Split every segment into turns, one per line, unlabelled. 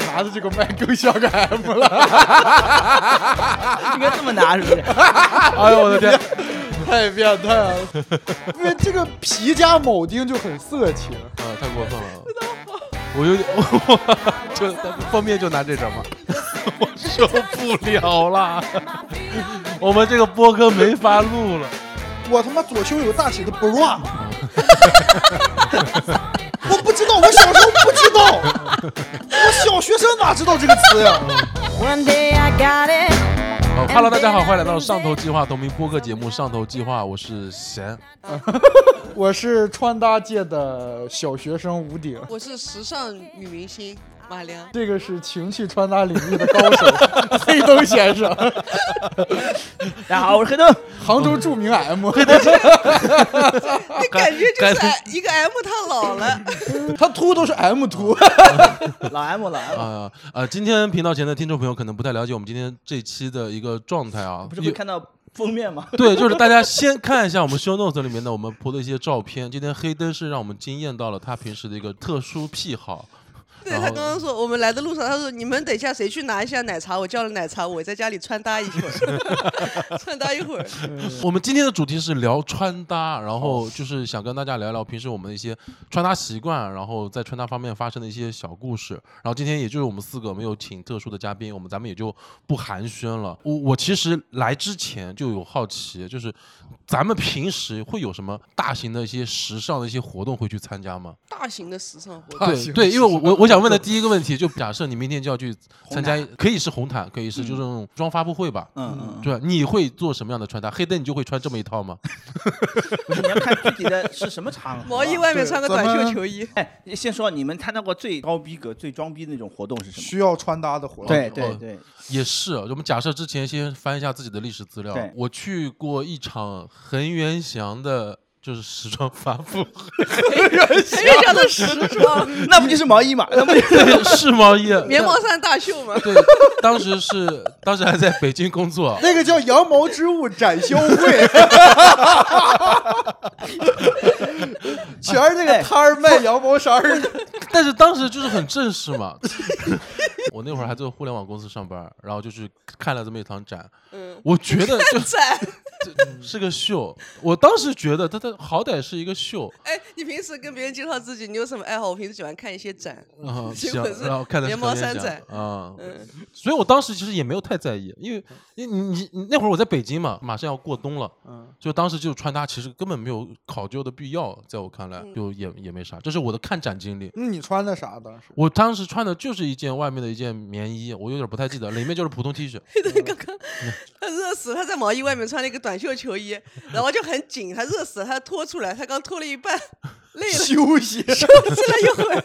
拿着这个麦够小 个 M 了，
应该这么 拿是不是？
哎呦我的天，啊
太变态 了。因为这个皮加铆钉就很色情，
啊，太过分了。我有点，我 就封面就拿这张吧，我受不了了。我们这个播客没法录了，
我他妈左胸有大写的 bra，我不知道，我小时候不知道，我小学生哪知道这个词呀？
One day I got it.
好，Hello，大家好，欢迎来到上头计划同名播客节目《上头计划》，我是
嗯
贤。
我是穿搭界的小学生吴鼎，
我是时尚女明星马良，
这个是情趣穿搭领域的高手，黑灯先生，
大家好，我是黑灯。
杭州著名 M，
那感觉就
该
是哎一个 M 他老 了，
他秃都是 M 秃，
老 M 老 M，
啊呃，今天频道前的听众朋友可能不太了解我们今天这期的一个状态啊，
不是
有
会看到封面 吗？
对，就是大家先看一下我们 show notes 里面的我们 po 的一些照片。今天黑灯是让我们惊艳到了他平时的一个特殊癖好，
对
然
他
后
刚刚说我们来的路上，他说你们等一下谁去拿一下奶茶，我叫了奶茶，我在家里穿搭一会儿， 穿搭一会儿，
我们今天的主题是聊穿搭，然后就是想跟大家聊聊平时我们的一些穿搭习惯，然后在穿搭方面发生的一些小故事。然后今天也就是我们四个没有请特殊的嘉宾，我们咱们也就不寒暄了。我我其实来之前就有好奇，就是咱们平时会有什么大型的一些时尚的一些活动会去参加吗？
大型的时尚 活动。
大
对
型
对，
时
因为我
尚
我我想问的第一个问题，就假设你明天就要去参加，可以是红毯，可以是就是那种装发布会吧。
嗯嗯，
对吧，你会做什么样的穿搭？黑灯你就会穿这么一套吗？
不是你要看具体的是什么场 合。
毛衣外面穿个短袖球 衣，
哎，先说你们参加过最高逼格、最装逼的那种活动是什么？
需要穿搭的活动。
对
哦
对对，
也是，啊我们假设之前先翻一下自己的历史资料
对。
我去过一场恒源祥的，就是时装发布会，
谁也叫的时 装
那不就是毛衣嘛？ 那不就是
是毛衣，
棉毛衫大袖嘛。
对，当时是当时还在北京工作，
那个叫羊毛织物展销 会，全是那个摊儿卖羊毛衫儿的。
但是当时就是很正式嘛。 我那会儿还在互联网公司上班，然后就是看了这么一场展，
嗯，
我觉得就
在
是个秀。我当时觉得它它好歹是一个 秀，
哎，你平时跟别人介绍自己，你有什么爱好？我平时喜欢看一些展，
嗯，
结
行
果，是
然后看的
棉毛衫仔
啊，
嗯，
所以我当时其实也没有太在意，因为因为你你你那会儿我在北京嘛，马上要过冬了，
嗯，
就当时就穿搭其实根本没有考究的必要，在我看
嗯
来就也也没啥，这是我的看展经历。
那你穿的啥当时？
我当时穿的就是一件外面的一件棉衣，我有点不太记得，里面就是普通 T 恤。
他热死了，他在毛衣外面穿了一个短袖 球衣，然后就很紧，他热死了，他脱出来，他刚脱了 一半，累了，
休息。
休息了一会儿，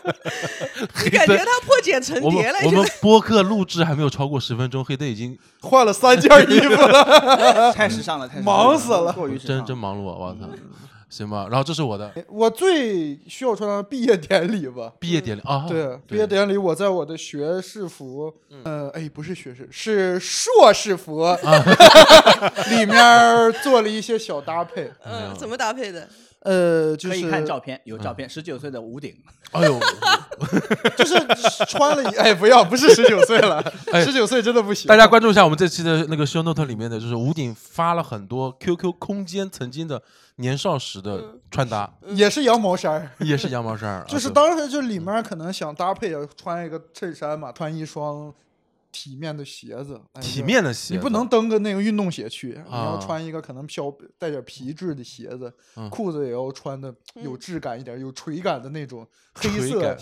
你感觉他破茧成
我们
蝶了，
我
就
们
是
播客录制还没有超过十分钟，黑灯已经
换了三件衣服了，
太时尚了，太时尚
忙死了
过于时尚
真真忙碌啊！我操，
嗯
行吧。然后这是我的
我最需要穿的毕业典礼吧。
毕业典礼啊，
对，毕业典礼我在我的学士服，呃，哎，不是学士，是硕士服， 里面儿做了一些小搭配，
嗯，怎么搭 配的？
呃，就
可
是
以看照片，有照片，十九岁的吴鼎，
哎 呦，
就是穿了一，哎，不要，不是十九岁了，
哎
十九岁真的不行。
大家关注一下我们这期的那个 show note 里面的，就是吴鼎发了很多 QQ 空间曾经的年少时的穿搭，
也是羊毛衫儿，
也是羊毛衫儿，
嗯就是
啊
当时就里面可能想搭配，穿一个衬衫嘛，穿一双体面的鞋子，哎
对体。面的鞋，
你不能蹬个那个运动鞋去，你要
啊
穿一个可能飘带点皮质的鞋子，
嗯
裤子也要穿的有质感一点，有垂感的那种黑
垂
色
感。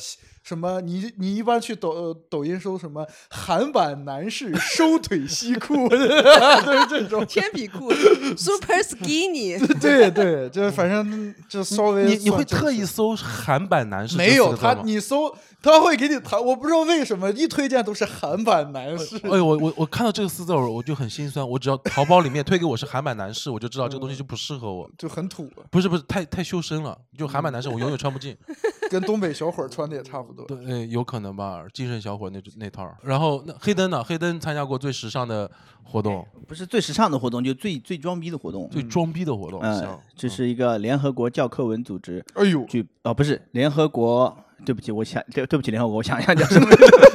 什么？你你一般去抖、呃抖音搜什么韩版男士收腿西裤， 就是这种。
铅 笔裤，super skinny，
嗯
对对，就反正就稍微
你你会
算正
特
式
意搜韩版男士这
没
四
有
个字
他，
吗
你搜他会给你弹，我不知道为什么一推荐都是韩版
呃
男士。
哎呦，我我我看到这个四字儿我就很心酸。我只要淘宝里面推给我是韩版男士，我就知道这个东西就不适合我。
就很土，
不是不是，太太修身了，
嗯
就韩版男士我永远穿不 进。
跟东北小伙儿穿的也差不多。
对，呃有可能吧，精神小伙那那套儿。然后那黑灯呢？黑灯参加过最时尚的活动，
不是最时尚的活动，就最最装逼的活动。
最装逼的活动。
嗯
像，
这是一个联合国教科文组织
哎呦，
举哦，不是联合国对不起，我想对对不起联合国，我想一下叫什么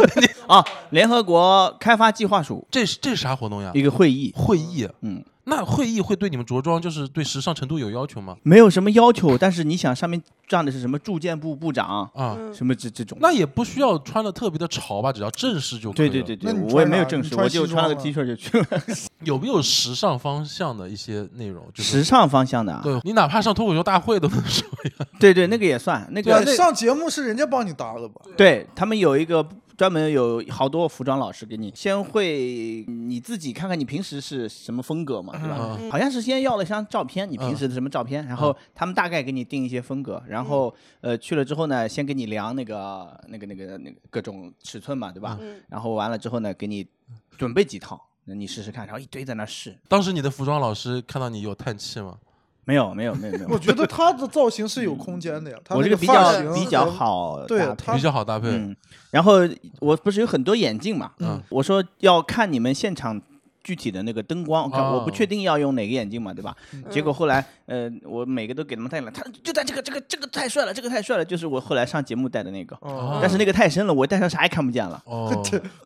啊？联合国开发计划署
这是这是啥活动呀？
一个会议，
会议，
嗯，
那会议会对你们着装就是对时尚程度有要求吗？
没有什么要求，但是你想上面站的是什么住建部部长，
啊，
什么这这种，
那也不需要穿的特别的潮吧，只要正式就可以
对
了。
对对对
那你，
我也
穿
没有
啥
正
你
式，
穿
我就
西
穿了个
装吗
T 恤就去了。
有没有时尚方向的一些内容？就是
时尚方向的啊，
对你哪怕上脱口秀大会都能说呀。
对对，那个也算，那
对啊
个，
上节目是人家帮你搭的吧？
对他们有一个专门有好多服装老师给你，先会你自己看看你平时是什么风格嘛，对吧？好像是先要了一张照片，你平时的什么照片，然后他们大概给你定一些风格，然后呃去了之后呢，先给你量那个那个那个那个各种尺寸嘛，对吧？然后完了之后呢，给你准备几套，你试试看，然后一堆在那试，
当时你的服装老师看到你有叹气吗？
没有没有没有没
我
有，
觉得他的造型是有空间的呀，他
我
那
这
个
比
发
较
型
比较，好搭配，
对他
比较好搭配。
呃嗯，然后我不是有很多眼镜嘛，
嗯
我说要看你们现场具体的那个灯光，
哦
看我不确定要用哪个眼镜嘛，对吧？
嗯
结果后来，呃，我每个都给他们戴了，他就戴这个，这个，这个太帅了，这个太帅了，就是我后来上节目戴的那个，
啊
哦
但是那个太深了，我戴上啥也看不见了。
哦，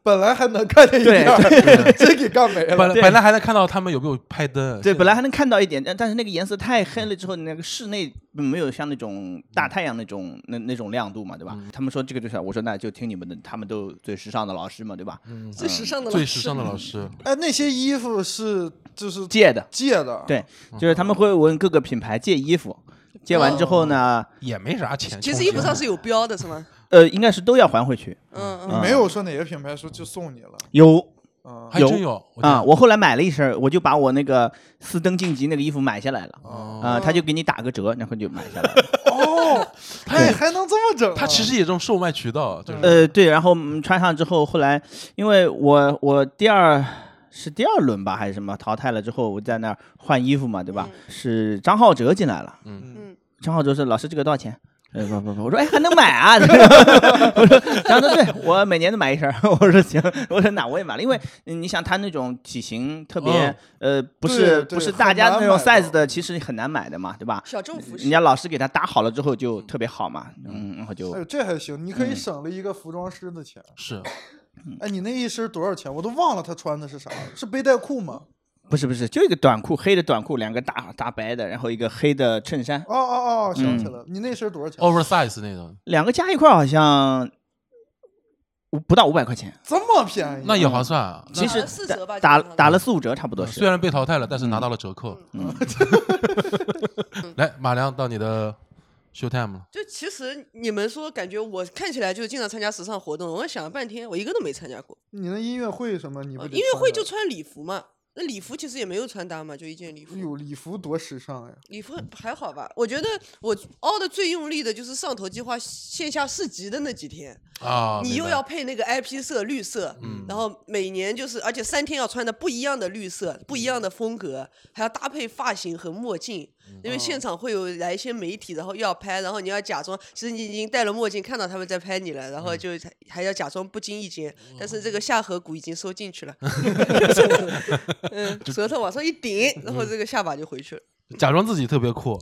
本来还能看见一点儿， 这给干没
本
了。
来本来还能看到他们有没有拍灯。
对，
现在
本来还能看到一点，但但是那个颜色太黑了，之后那个室内没有像那种大太阳那种那那种亮度嘛，对吧？
嗯
他们说这个就是，我说那就听你们的，他们都最时尚的老师嘛，对吧？
嗯
最时尚的老
最
师
时尚的老师，
嗯
哎，那些衣服是就是
借的，
借的，
对，就是他们会问各个品牌借衣服，借完之后呢，
也没啥钱。
其
冲
实衣服
击
上是有标的，是吗？
呃，应该是都要还回去。
嗯嗯，
你没有说哪个品牌说就送你了
有
啊？
还真有我
啊，
天
我后来买了一身儿，我就把我那个斯登晋级那个衣服买下来了。
哦，
啊，他就给你打个折，然后就买下来了。
哦，哎，还能这么整啊？
他其实也这种售卖渠道，就是
呃，对，然后嗯穿上之后，后来因为我我第二是第二轮吧还是什么淘汰了之后，我在那儿换衣服嘛，对吧？是张浩哲进来了，
嗯
张浩哲说：“老师，这个多少钱？”呃，不不不，我说哎，还能买啊！我说，张浩哲，对我每年都买一身儿。 我说行，我说那我也买了，因为嗯你想他那种体型特别、
嗯
呃，不是
对对
不是大家那种
很难买嗯到
size 的，其实很难买的嘛，对吧？
小众服饰
人。家老师给他搭好了之后就特别好嘛，嗯，然后就
哎呦，这还行，你可
嗯
以省了一个服装师的钱。
是
哎，你那一身多少钱？我都忘了他穿的是啥了，是背带裤吗？
不是不是，就一个短裤，黑的短裤，两个大大白的，然后一个黑的衬衫，
哦哦哦，
嗯
想起来了，你那身多少
哦
钱？
oversize 那种，
两个加一块儿好像五不到五百块钱，
这么便宜？
那也划算啊。
其
打
实
了四折吧
打
基本上
打了四五折差不多嗯是嗯
虽。然被淘汰了，但是拿到了折扣。 来，马良到你的 show time 了。
就其实你们说，感觉我看起来就经常参加时尚活动，我想了半天，我一个都没参加过。
你那音乐会什么？你不
呃
得
音乐会就
穿
穿礼服嘛，那礼服其实也没有穿搭嘛，就一件礼
着。哎
服。
呦，礼服多时尚呀！
礼服还好吧？我觉得我凹的最用力的就是上头计划线下市集的那几天，
啊，
你
明
又
白嗯
要配那个 IP 色绿色，然后每年就是，而且三天要穿的不一样的绿色，不一样的风格，还要搭配发型和墨镜，
嗯
因
哦
为现场会有来一些媒体，然后又要拍，然后你要假装，其实你已经戴了墨镜，看到他们在拍你了，然
嗯
后就还还要假装不经意间，但是这个下颌骨已经收进去 了，嗯，舌头往上一顶，
嗯
然后这个下巴就回去了，
假装自己特别酷，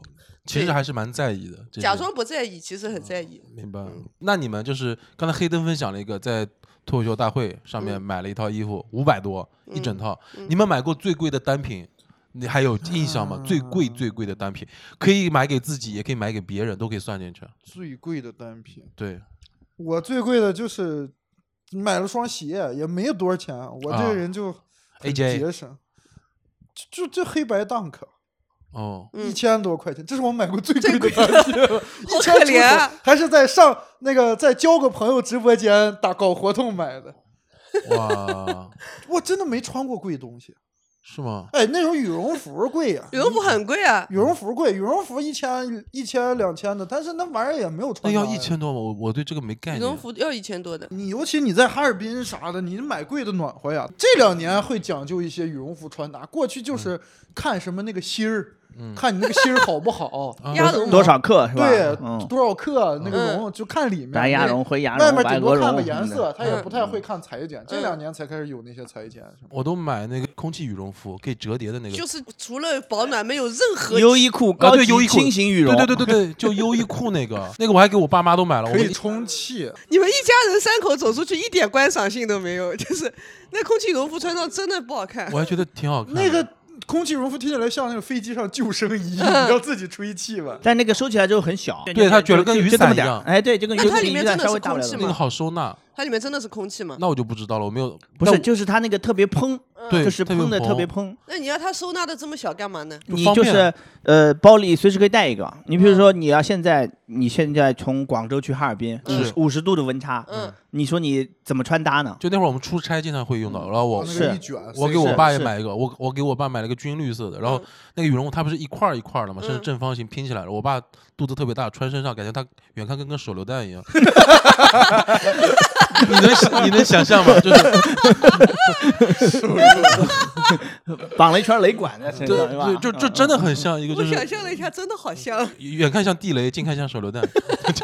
其实
对
还是蛮在意的。这
假
是
装不在意，其实很在意。
明白。那你们就是刚才黑灯分享了一个在脱口秀大会上面买了一套衣服，五百多一整套。你们买过最贵的单品，你还有印象吗？最贵最贵的单品，可以买给自己，也可以买给别人，都可以算进去。啊
最贵的单品，
对，
我最贵的就是买了双鞋，也没多少钱。我这
啊
个人就很
AJ
节省，就就这黑白 Dunk
哦，
嗯
一千多块钱，这是我买过最贵的单品了，
好
一千
可
出
怜
头
啊，
还是在上那个在交个朋友直播间打搞活动买的。
哇，
我真的没穿过贵东西，
是吗？
哎，那种羽绒服贵 呀、
羽绒服很贵啊，
羽绒服贵，羽绒服一千一千两千的，但是那玩意儿也没有
那
穿。
要一。千多吗？我我对这个没概
羽
念嗯
绒。服要一千多的。
你尤其你在哈尔滨啥的，你买贵的暖
嗯
和呀。这两年会讲究一些羽绒服穿搭，过去就是看什么那个芯儿，看你那个芯儿好不 好，
啊
鸭绒
多少克是吧？
对
嗯，，
多少克那个
嗯
绒就看里面，
白鸭
那
绒、灰鸭绒
外、面
白
顶
鹅
多
绒
看
什
个
么
颜
的。
色，他也
嗯
不太会看裁剪，这
嗯
两年才开始有那些裁剪。什么
我都买那个空气羽绒服，可以折叠的那个，
就是除了保暖，没有任何
优衣库
啊
高
对
级
优衣库
轻型羽绒，
对对对对对，就优衣库那个，那个我还给我爸妈都买了，我
可
们
以充气，
你们一家人三口走出去，一点观赏性都没有， 就是那空气绒服穿上真的不好看
我。还觉得挺好看的。
那个空气绒服听起来像那个飞机上救生衣，你要自己吹气吧。
但那个收起来之后很小，
对它卷得跟
就
雨
就这么
伞
点
一
儿
样
哎，对，就跟雨
哎它里
雨
面
伞
真
稍
的是
微大不
空
了
气
那
那
吗
么
个好收纳，
它里面真的是空气吗？
那我就不知道了，我没有。
不
那我
是，就是它那个特别蓬，
对，
就是
特别
蓬的特别
蓬。
蓬。
那你要它收纳的这么小干嘛呢？
就
你
方
就
便啊
是呃，包里随时可以带一个。你比如说，你要现在你现在从广州去哈尔滨，五
嗯是
十五十度的温差，
嗯，
你说你怎么穿搭呢？
就那会儿我们出差经常会用
嗯
到，然后我
那
是
个一卷，
哦我
随
给我
身
爸也
是
买一个，我我给我爸买了个军绿色的，然后那个羽绒它不是一块儿一块儿的嘛，甚至
嗯
正方形拼起来了。我爸肚子特别大，穿身上感觉他远看跟个手榴弹一样。 你能你能想象吗？ 就是
绑了一圈雷管在身上，是吧
对，？就就真的很像一个，就
我
是
想象了一下，真的好像。
嗯
远看像地雷，近看像手榴弹，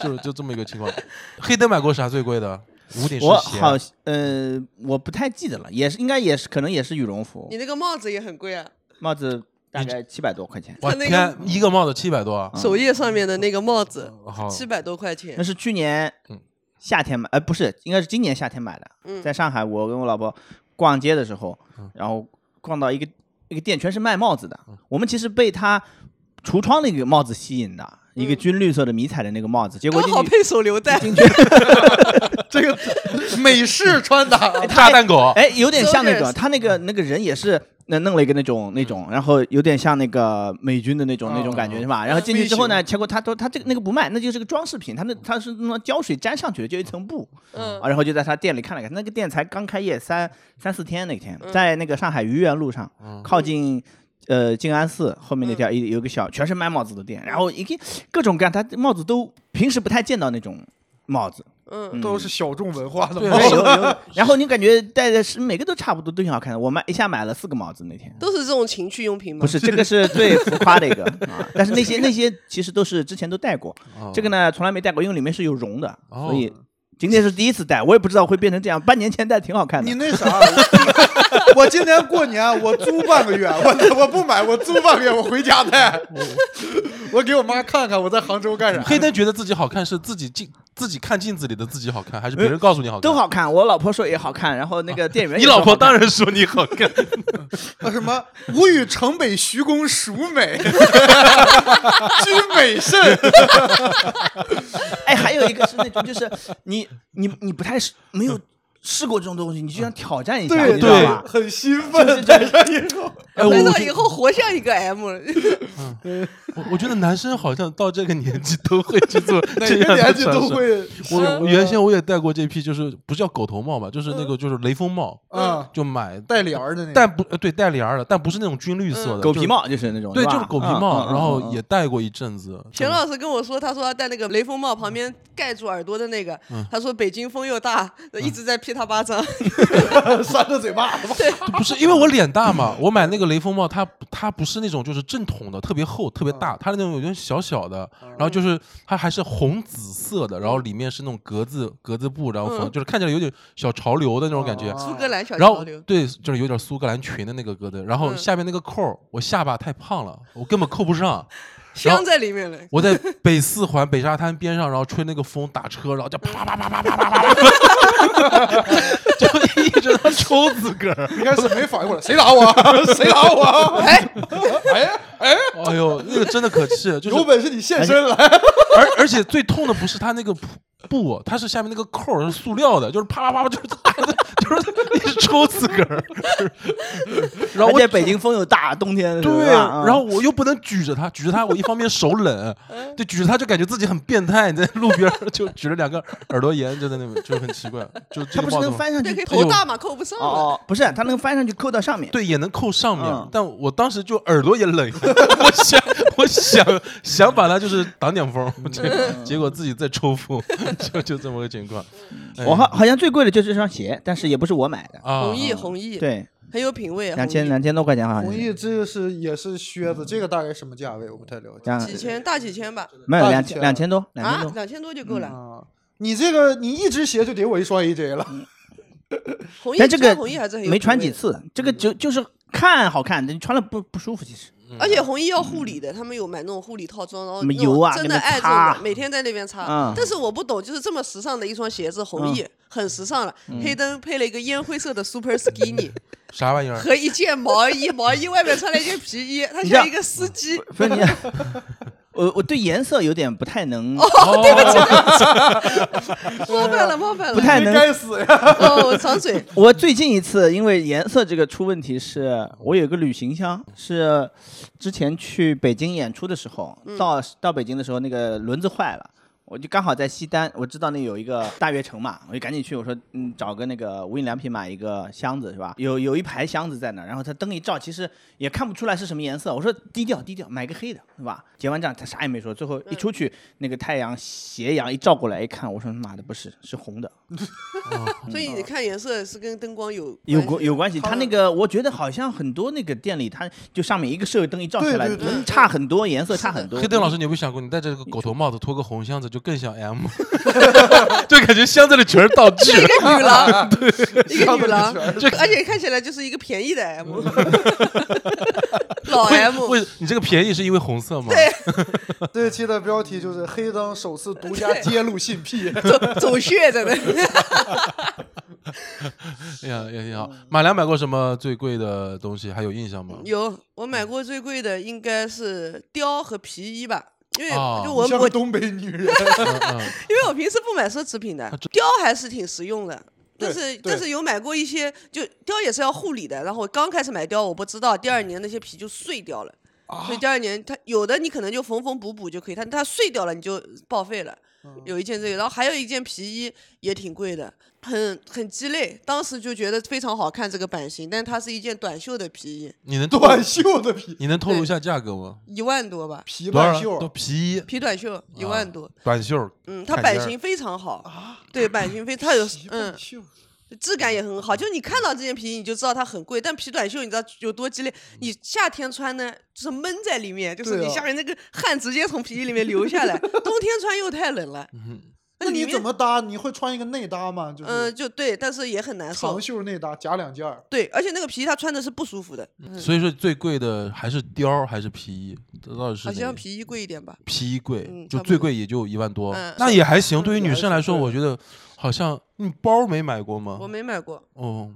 就就就这么一个情况。黑灯买过啥最贵的？五顶式
我
鞋，啊
好呃，我不太记得了，也是应该也是可能也是羽绒服
你，那个帽子也很贵啊，
帽子大概七百多块钱，
我
那个
天，一个帽子七百多啊，
首页上面的那个帽子，
好，
七百多块钱
嗯那。是去年
嗯
夏天买，呃，不是，应该是今年夏天买的，
嗯
在上海，我跟我老婆逛街的时候，然后逛到一个一个店，全是卖帽子的，
嗯
我们其实被他橱窗那个帽子吸引的，一个军绿色的迷彩的那个帽子，结果
嗯刚
进
好
去，
配手榴弹，
这 个美式穿搭，
炸弹狗，
哎，有点像那个，
Soldiers
他那个那个人也是。那弄了一个那种
嗯
那种，然后有点像那个美军的那种
哦
那种感觉是吧？然后进去之后呢，结果他都他这个那个不卖，那就是个装饰品，他那他是那种胶水粘上去的，就一层布。
嗯
啊，然后就在他店里看了看，那个店才刚开业三三四天那天，在那个上海愚园路上，靠近呃静安寺后面那条一有个小全是卖帽子的店，然后一个各种各样，他帽子都平时不太见到那种帽子，
嗯，
都是小众文化的
对
帽
对，
子。
有有，然后你感觉戴的是每个都差不多，都挺好看的。我买一下买了四个帽子那天。
都是这种情趣用品吗？
不是，这个是最浮夸的一个啊，但是那些那些其实都是之前都戴过，这个呢从来没戴过，因为里面是有绒的，所以今天是第一次戴，我也不知道会变成这样。半年前戴挺好看的，
你那啥，我今年过年我租半个月，我我不买，我租半个月，我回家带，
嗯
我给我妈看看我在杭州干啥。
黑灯觉得自己好看是自己镜自己看镜子里的自己好看，还是别人告诉你好看？
呃都好看，我老婆说也好看，然后那 个店员也
你
说好
老
看
婆当然说你好看， 嗯
呃什么吴语城北徐公孰 美，居美甚。
哎，还有一个是那种就是你你你不太试没有试过这种东西，你就想挑战一 下，
对
你知道
嗯对
吧？
很兴奋，戴上以后，
哎，我
戴
我
上
觉
以后活像一个 M 了。
我我觉得男生好像到这个年纪都会去 做
哪
这样
个
的
年纪
尝
都
试。
会。
啊
我我原先我也戴过这批，就是不是叫狗头帽嘛，就是那个就是雷锋帽，
啊
嗯
就买，
带帘儿的那个，
但不呃对带帘儿的，但不是那种军绿色的
嗯狗皮，
就是
帽就是那种，
对，
吧
就是狗皮
嗯
帽，
嗯嗯
然后
嗯
也戴过一阵子。
田老师跟我说，他说他戴那个雷锋帽，旁边盖住耳朵的那个，
嗯
他说北京风又大，一直在劈他巴掌。
扇着嘴巴子吧。
不是因为我脸大嘛，我买那个雷锋帽，它它不是那种就是正统的，特别厚、特别大，它那种有点小小的，然后就是它还是红紫色的，然后里面是那种格子格子布，然后缝，就是看起来有点小潮流的那种感觉。
哦
嗯苏格兰小
然
潮
后
流，
对，就是有点苏格兰裙的那个格子，然后
嗯
下面那个扣儿，我下巴太胖了，我根本扣不上。
镶在里面了。
我在北四环北沙滩边上，然后吹那个风打车，然后就啪啪啪啪啪啪啪 啪，就一直在抽自个儿。
一开始没反应过来，谁打我？啊谁打我？哎哎哎，
哎呦，那个真的可气，就是
有本事你现身来！
而而且最痛的不是它那个布布，它是下面那个扣儿是塑料的，就是啪啪啪，就是打的，就是一直抽自个儿。 然后
而
我
且北京风又大，冬天的时候
对，
是吧嗯
然后我又不能举着它，举着它我一方面手冷，
嗯
就举着它就感觉自己很变态，你在路边儿就举着两个耳朵沿，就在那边就很奇怪，就
它
它
不是能翻上
对，可以
去，
头大嘛，扣不上
哦
了。
哦，不是，它能翻上去扣到上面。
对，也能扣上面，
嗯
但我当时就耳朵也冷， 我想，我想想把它就是挡点风，结结果自己在抽风， 就就这么个情况。哎
我好好像最贵的就是这双鞋，但是也不是我买的，
啊，
弘毅，弘毅，
对，
很有品味。
两千
弘
两千多块钱好像
弘
是，
毅这个是也是靴子，这个大概什么价位？我不太了解。
两
毅几千大几千吧，
没有
大
两
几
千
千
两千多两千
啊，
多，嗯
两千多就够了。
啊，你这个你一只鞋就给我一双 AJ 了，
弘毅
但这
穿
个
弘毅还是很有
没穿
品
几
味的，
次，这个就就是看好看，但你穿了不不舒服其实。
而且弘毅要护理的，他们有买那种护理套装，然后
什么
那种
油啊
真
给
的
它
爱这
擦
种的，每天在那边擦
嗯。
但是我不懂，就是这么时尚的一双鞋子，弘毅很时尚了，
嗯
黑灯配了一个烟灰色的 Super Skinny
啥 玩意儿？
和一件毛衣，毛衣外面穿了一件皮衣，他
你知道
像一个司机。
不是你，我我对颜色有点不太能，
哦
冒犯了，冒犯了，
不太能
该死呀！
哦，我 长嘴。
我最近一次因为颜色这个出问题是，我有个旅行箱，是之前去北京演出的时候，到到北京的时候那个轮子坏了。我就刚好在西单，我知道那有一个大悦城嘛，我就赶紧去，我说嗯，找个那个无印良品买一个箱子是吧？有有一排箱子在那儿，然后它灯一照，其实也看不出来是什么颜色。我说低调低调，买个黑的是吧？结完账他啥也没说，最后一出去，那个太阳斜阳一照过来一看，我说妈的不是，是红的，
所以你看颜色是跟灯光有
有
关
关
系
有关系，它那个我觉得好像很多那个店里，它就上面一个射灯一照
对
下来嗯
对对，
差很多，颜色差很多
黑。灯老师，你有没有想过，你戴着个狗头帽子，拖个红箱子，就更像 M，就感觉箱子里全是道具。
女郎，一个女郎，
全
而且看起来就是一个便宜的 M，老 M，
为你这个便宜是因为红色吗？
这期的标题就是“黑灯首次独家
对
揭露性癖
走走穴在那。
哎呀，也挺好。马良买过什么最贵的东西？还有印象吗？
有我买过最贵的应该是貂和皮衣吧。因为
哦
就”，我
像
我
个东北女人。
嗯嗯
因为我平时不买奢侈品的，貂还是挺实用的。但是
啊对
但是有买过一些，就貂也是要护理的。然后我刚开始买貂，我不知道第二年那些皮就碎掉了，
啊
所以第二年它有的你可能就缝缝补补就可以，但它碎掉了你就报废了。
嗯
有一件这个，然后还有一件皮衣也挺贵的，很很鸡肋。当时就觉得非常好看这个版型，但是它是一件短袖的皮衣，
你能透露
短袖的皮
你能透露一下价格吗？
一万多吧，
皮
多
半
少？
袖
都皮衣、
皮短袖一万
啊
多。
短袖。
嗯，它
坎
版
肩儿
型非常好，对版型非啊它有
皮
嗯
半。袖，
质感也很好，就你看到这件皮衣你就知道它很贵，但皮短袖你知道有多鸡肋？你夏天穿呢，就是闷在里面，就是
对啊
你下面那个汗直接从皮衣里面流下来，冬天穿又太冷了，
那
里
你
面
怎么搭？你会穿一个内搭吗？就
嗯、
是
就对，但是也很难受
长，袖内搭夹两件儿。
对，而且那个皮衣它穿的是不舒服的，嗯
所以说最贵的还是貂儿还是皮衣？这到底是
好
哪个
像皮衣贵一点吧，
皮衣贵，
嗯
就
差不
最
多
贵也就一万多，
嗯
那
是
也还行。对于
也
女
还
生来
行
说，
对
我觉得好像你包没买过吗
我？没买过，
哦，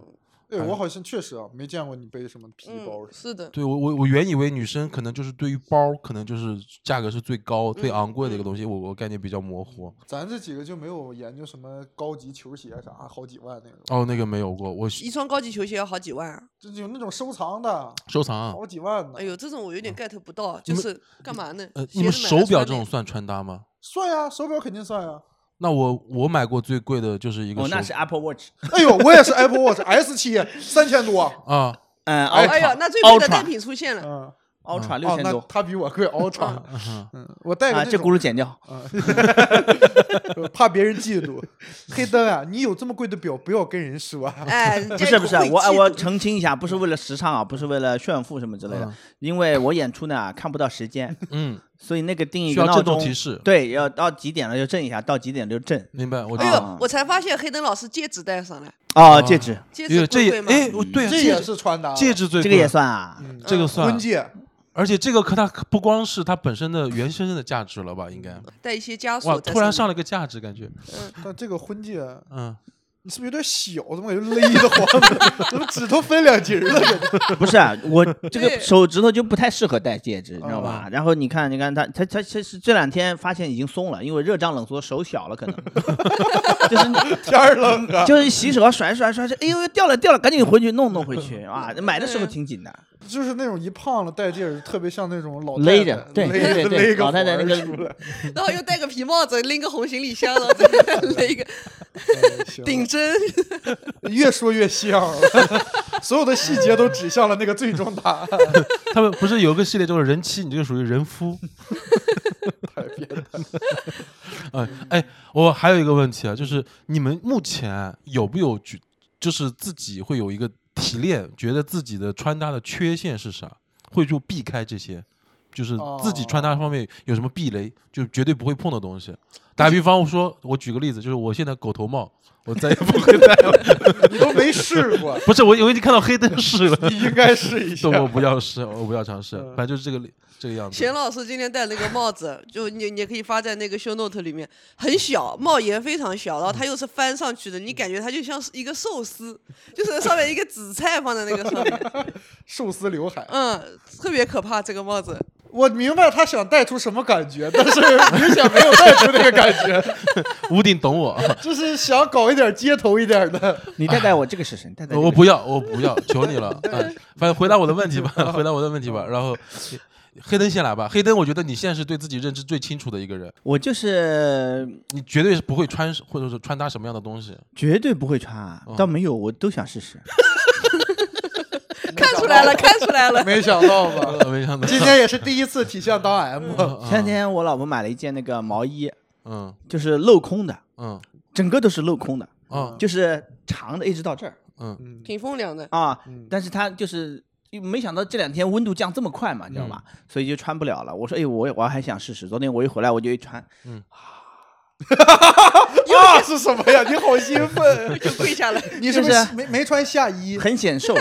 对
哎
我好像确实啊，没见过你背什么皮包
嗯，。是的，
对我我我原以为女生可能就是对于包可能就是价格是最
嗯
高、最昂贵的一个东西，我我概念比较模糊。
咱这几个就没有研究什么高级球鞋啥，好几万那种，
哦，那个没有过，我是
一双高级球鞋要好几万啊，
就有那种收藏的，
收藏啊。
好几万的
哎。呦，这种我有点 get 不到，
你
就
们
是干嘛呢？
呃，
鞋
你们
子买
手
了
表
穿
这
呗
种算穿搭吗？
算呀，手表肯定算呀。
那我我买过最贵的就是一个
哦，那
手
是 Apple Watch，
哎呦，我也是 Apple Watch S 七，三千多。
啊，
嗯
哎呀，
，Ultra
那最贵的
Ultra
单品出现了，
嗯，
Ultra 六
哦，
千
那
多
它比我贵 Ultra。嗯，我带个
啊，
那
这
种
轱辘剪掉。
怕别人嫉妒。 黑灯啊，你有这么贵的表，不要跟人说。啊
哎，人家
不是不是，啊
会
我
嫉
我
妒
澄清一下，不是为了时尚啊，不是为了炫富什么之类
嗯
的，因为我演出呢看不到时间，
嗯，
所以那个定一
需
个
要
闹
震动
钟
提示
对，要到几点了就震一下，到几点就震。
明白，我知
哎
道。
呦，我才发现黑灯老师戒指戴上了，
哦，戒指，
戒
哎
指
呦这
贵
也
贵吗？
哎，我
嗯
对啊，
这
戒
也
指
是穿搭，嗯
戒指最
这个也
贵
算啊。
这个算
婚戒。
而且这个可它可不光是它本身的原生的价值了吧？应该
带一些枷
哇，
锁在面。
突然上了个价值，感觉
但这个婚戒，
嗯，
你是不是有点小？怎么感觉勒得慌？ 怎么指头分两截儿了？感觉
不是啊我这
对
个手指头就不太适合戴戒指，你知道吧？然后你看，你看他，他他其实这两天发现已经松了，因为热胀冷缩，手小了，可能 就是
天儿冷啊！
就是洗手啊甩甩甩甩，哎呦掉了掉了，赶紧回去弄弄回去 啊！买的时候挺紧的，
就是那种一胖了戴戒指，特别像那种老太太
勒着对
勒
对对对
勒个
老太太那个
环儿出来
然后又戴个皮帽子，拎个红行李箱，然后再勒一个
哎行
顶针。
越说越像了， 所有的细节都指向了那个最终答案。
他们不是有个系列叫做人妻，你这个属于人 夫。太变态。哎哎，我还有一个问题啊，就是你们目前有没有觉，就是自己会有一个提炼，觉得自己的穿搭的缺陷是啥，会就避开这些，就是自己穿搭方面有什么避雷，就绝对不会碰的东西。打比方说，我举个例子，就是我现在狗头帽，我再也不 会戴了。，
你都没试过
不是我，我已经看到黑灯试 了，
你应该试一下
所。以我不要 试，我不要尝试，反正就是这个这个样子。
钱老师今天戴那个帽子，就你你可以发在那个 show note 里面，很小，帽檐非常小，然后它又是翻上去的，你感觉它就像是一个寿司，就是上面一个紫菜放在那个上面，
寿司刘海，
嗯，特别可怕这个 帽子。
我明白他想带出什么感觉，但是 明显没有带出那个感觉，
屋顶懂我，
就是想搞一点街头一点的。
你带带我这个试试，你带带这个
我不要，我不要，求你了。哎，反正回答我的问题吧，回答我的问题吧。然后黑灯先来吧，黑灯，我觉得你现在是对自己认知最清楚的一个人，
我就是
你绝对是不会穿或者是穿搭什么样的东西。
绝对不会穿啊，
哦
倒没有，我都想试试。
看出来了，看出来了。
没想到吧？
呃没想到，
今天也是第一次体现当
哦
M，
前两天我老婆买了一件那个毛衣，
嗯
就是镂空的，
嗯
整个都是镂空的，
嗯
就是长的一直到这儿
嗯
挺风 凉的，
啊。但是它就是没想到这两天温度降这么快嘛，你知道吧？所以就穿不了了。我说，哎，我我还想试试。昨天我一回来我就一穿，
啊是什么呀？你好兴奋！
就 跪下来。
你是不
就是是
没没穿下衣？
很显瘦。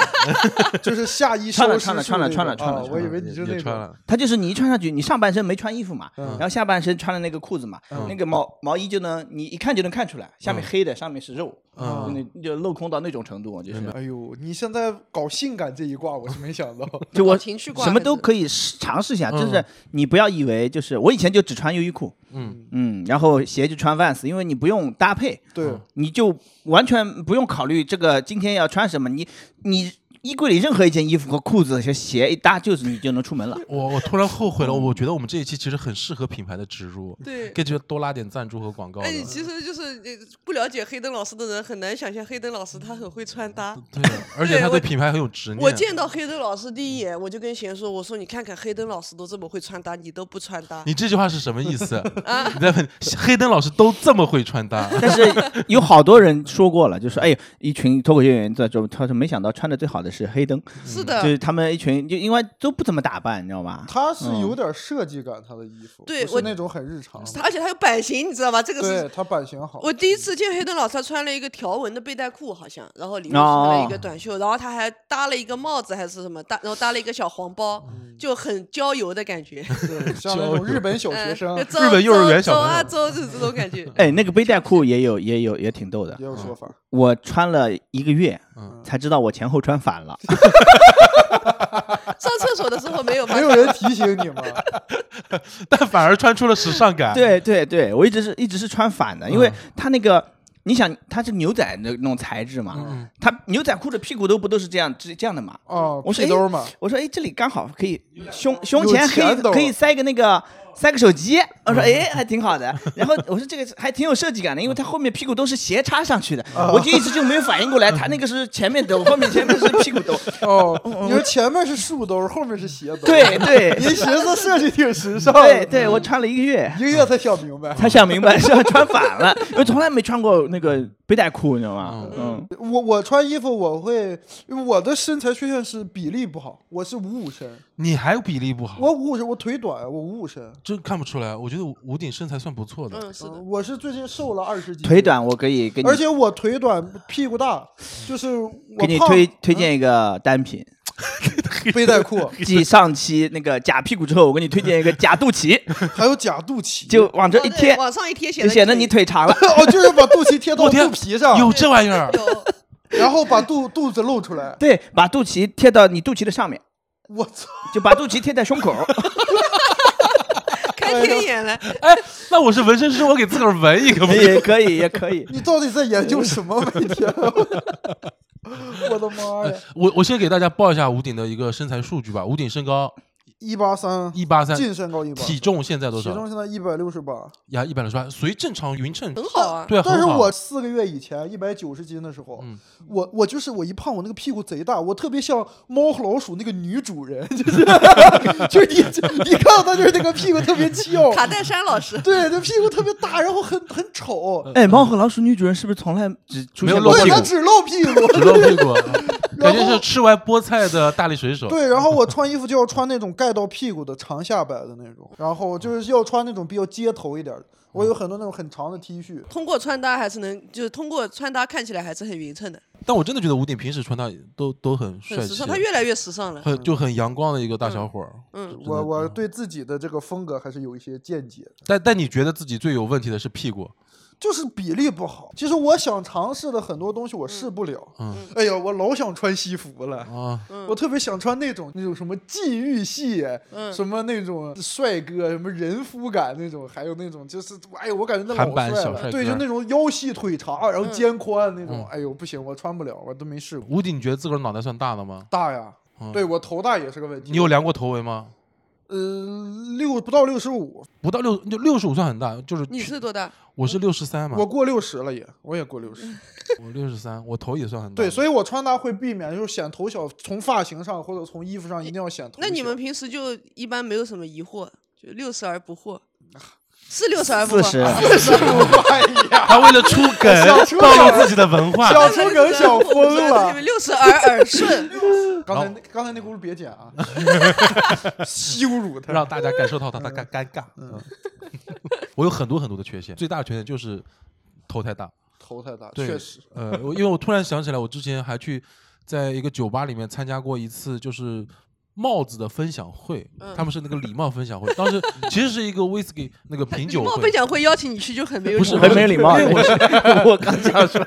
就是下衣
穿了
收拾
穿了
住
穿了穿了
那种
穿了
啊
穿
我以
嗯
为你是
也
那
穿
种
了，
它就是你一穿上去，你上半身没穿衣服嘛，然后下半身穿了那个裤子嘛，那个毛毛衣就能你一看就能看出来，下面黑的，上面是肉，
嗯
就那就镂空到那种程度，就是
哎呦，你现在搞性感这一挂，我是没想到。
就我
搞情绪挂
什么都
还是
可以试尝试一下，就是你不要以为就是我以前就只穿优衣库，
嗯
嗯，然后鞋就穿 Vans，因为你不用搭配，
对，
你就完全不用考虑这个今天要穿什么，你你衣柜里任何一件衣服和裤子和鞋一搭，就是你就能出门了。
我我突然后悔了，
嗯
我觉得我们这一期其实很适合品牌的植入，
对
可以就多拉点赞助和广告的。
哎，你其实就是呃不了解黑灯老师的人，很难想象黑灯老师他很会穿搭。
对，而且他对品牌很有执嗯念。嗯
我见到黑灯老师第一眼，我就跟贤说：“我说你看看黑灯老师都这么会穿搭，你都不穿搭。啊
你这句话是什么意思？你在问黑灯老师都这么会穿搭？
但是有好多人说过了，就是哎，一群脱口秀演员在这，他说没想到穿的最好的是黑灯，”
是
就
的，
是他们一群就因为都不怎么打扮，你知道吧？
它是
嗯
有点设计感，它的衣服
对
不
我
是那种很日常的。
而且他有版型，你知道吧？这个
对
是
它版型好，
我第一次见黑灯老师，他穿了一个条纹的背带裤，好像，然后里面穿
哦
了一个短袖，然后他还搭了一个帽子还是什么搭，然后搭了一个小黄包，
嗯
就很郊游的 感觉。
对，像那种日本小学生
嗯
也
周
啊日本幼儿园小
周周
朋友
啊周日这种 感觉。
哎，那个背带裤也有也有也挺逗的，
有说 法。
我穿了一个月
嗯，
才知道我前后穿反了。
上厕所的时候没有发
没有
现，
人提醒你吗？
但反而穿出了时尚感。，
对对对，我一直是一直是穿反的，因为它那个。你想，它是牛仔的那种材质嘛？它牛仔裤的屁股都不都是这样这这样的嘛？
哦，
我是
屁 兜嘛，
我说，哎，这里刚好可以胸胸
有
前可
钱
以
都
可以塞个那个塞个手机。我说，哎，还挺好的。然后我说这个还挺有设计感的，因为它后面屁股都是斜插上去的，我就一直就没有反应过来，它那个是前面兜，后面前面是屁股 兜。
哦，你说前面是竖兜，后面是斜兜，
嗯对，对
您寻思设计挺时尚，
对，对，我穿了嗯一个月。
一个月才想明白。
他想明白是要穿反了，因为从来没穿过那个背带裤，你知道吗？嗯，
我我穿衣服我会，因为我的身材缺陷是比例不好，我是五五身，
你还比例不好，
我五五身，我腿短，我五五身，呃
真看不出来。我觉得吴鼎身材算不错的。
嗯，是的，
我是最近瘦了二十斤，
腿，短我可以给你，
而且我腿短屁股大，就是我
给你
胖
推推
嗯
荐一个单品，
背 带裤，
继上期那个假屁股之后，我给你推荐一个假肚 脐，
还有假肚脐，
就往这一
哦对
贴，
往上一贴显
就
得
显得你腿长 了。
哦，就是把肚脐贴到
我天
肚皮上，
有这玩意儿，
有
然后把肚肚子露出来，
对，把肚脐贴到你肚脐的上面，
我操！
就把肚脐贴在胸口。
开天眼了，
哎，那我是纹身师，我给自个儿纹一个吧。
也可以，也可 以。
你到底在研究什么？每天，我的妈呀！
我我先给大家报一下吴鼎的一个身材数据吧。吴鼎身高
一八三，
一八三，
近身高一八，
体重现在多
体重
少？
现在一百六十八，
呀，一百六十八，随正常匀称。
很好 啊。
对啊，
但
很
是
好嗯
我四个月以前一百九十斤的时候，我我就是我一胖，我那个屁股贼大，我特别像猫和老鼠那个女主人，就是 就是你你看到她就是那个屁股特别翘，
卡戴珊老师，
对，那屁股特别大，然后很很丑，
哎，猫和老鼠女主人是不是从来只出
没
现
有
过
嗯露屁
对，
股
她只露屁股，
只露屁股，感
然
觉
后
是吃完菠菜的大力水手。
对，然后我穿衣服就要穿那种盖到屁股的长下摆的那种，然
嗯
后就是要穿那种比较街头一点的。我有很多那种很长的 T 恤，
通过穿搭还是能，就是通过穿搭看起来还是很匀称的，
但我真的觉得吴鼎平时穿搭都都很
很
帅
时
气
尚。，他越来越时尚了。
很就很阳光的一个大小伙儿。
嗯，
我我对自己的这个风格还是有一些见解的，
但但你觉得自己最有问题的是屁股？
就是比例不好。其实我想尝试的很多东西我试不了，
嗯
哎呀，我老想穿西服了。
啊，
嗯
我特别想穿那种那种什么禁欲系，
嗯
什么那种帅哥，什么人夫感那种，还有那种就是，哎呦，我感觉那
韩
老
版
帅
小
了，
帅
对，
哥
就那种腰细腿长，然后肩宽那种，
嗯
哎呦，不行，我穿不了，我都没试过。
吴鼎，你觉得自个儿脑袋算大的吗？
大呀，
嗯
对我头大也是个问题。
你有量过头围吗？
呃六不到六十五，
不到六就六十五算很大，就是
你是多大？
我是六十三嘛，
我过六十了也，我也过
嗯
六十。
我六十三，我头也算很大。
对，所
以
以我穿搭会避免就是显头小，从发型上或者从衣服上一定要显头小。
那 你们平时就一般没有什么疑惑，就六十而 不惑，是六十而不惑。
40
哎呀，
他为了出
想
梗，
出
暴露自己的文化。
小出梗 小疯了。
六十而 耳顺，
刚才
然后
那刚才那轱辘别 剪啊，羞辱他。
让大家感受到他的尴尴尬。嗯， 我有很多很多的缺陷，最大的缺陷就是头太大。
头太大，
对
确实，
呃，我因为我突然想起来，我之前还去在一个酒吧里面参加过一次，就是。帽子的分享会，他们是那个礼貌分享会，当时其实是一个 whisky 那个品酒
冒
会
分，享会邀请你去就很没有
不是
礼
很
貌
没礼貌。
因为我
我刚想说，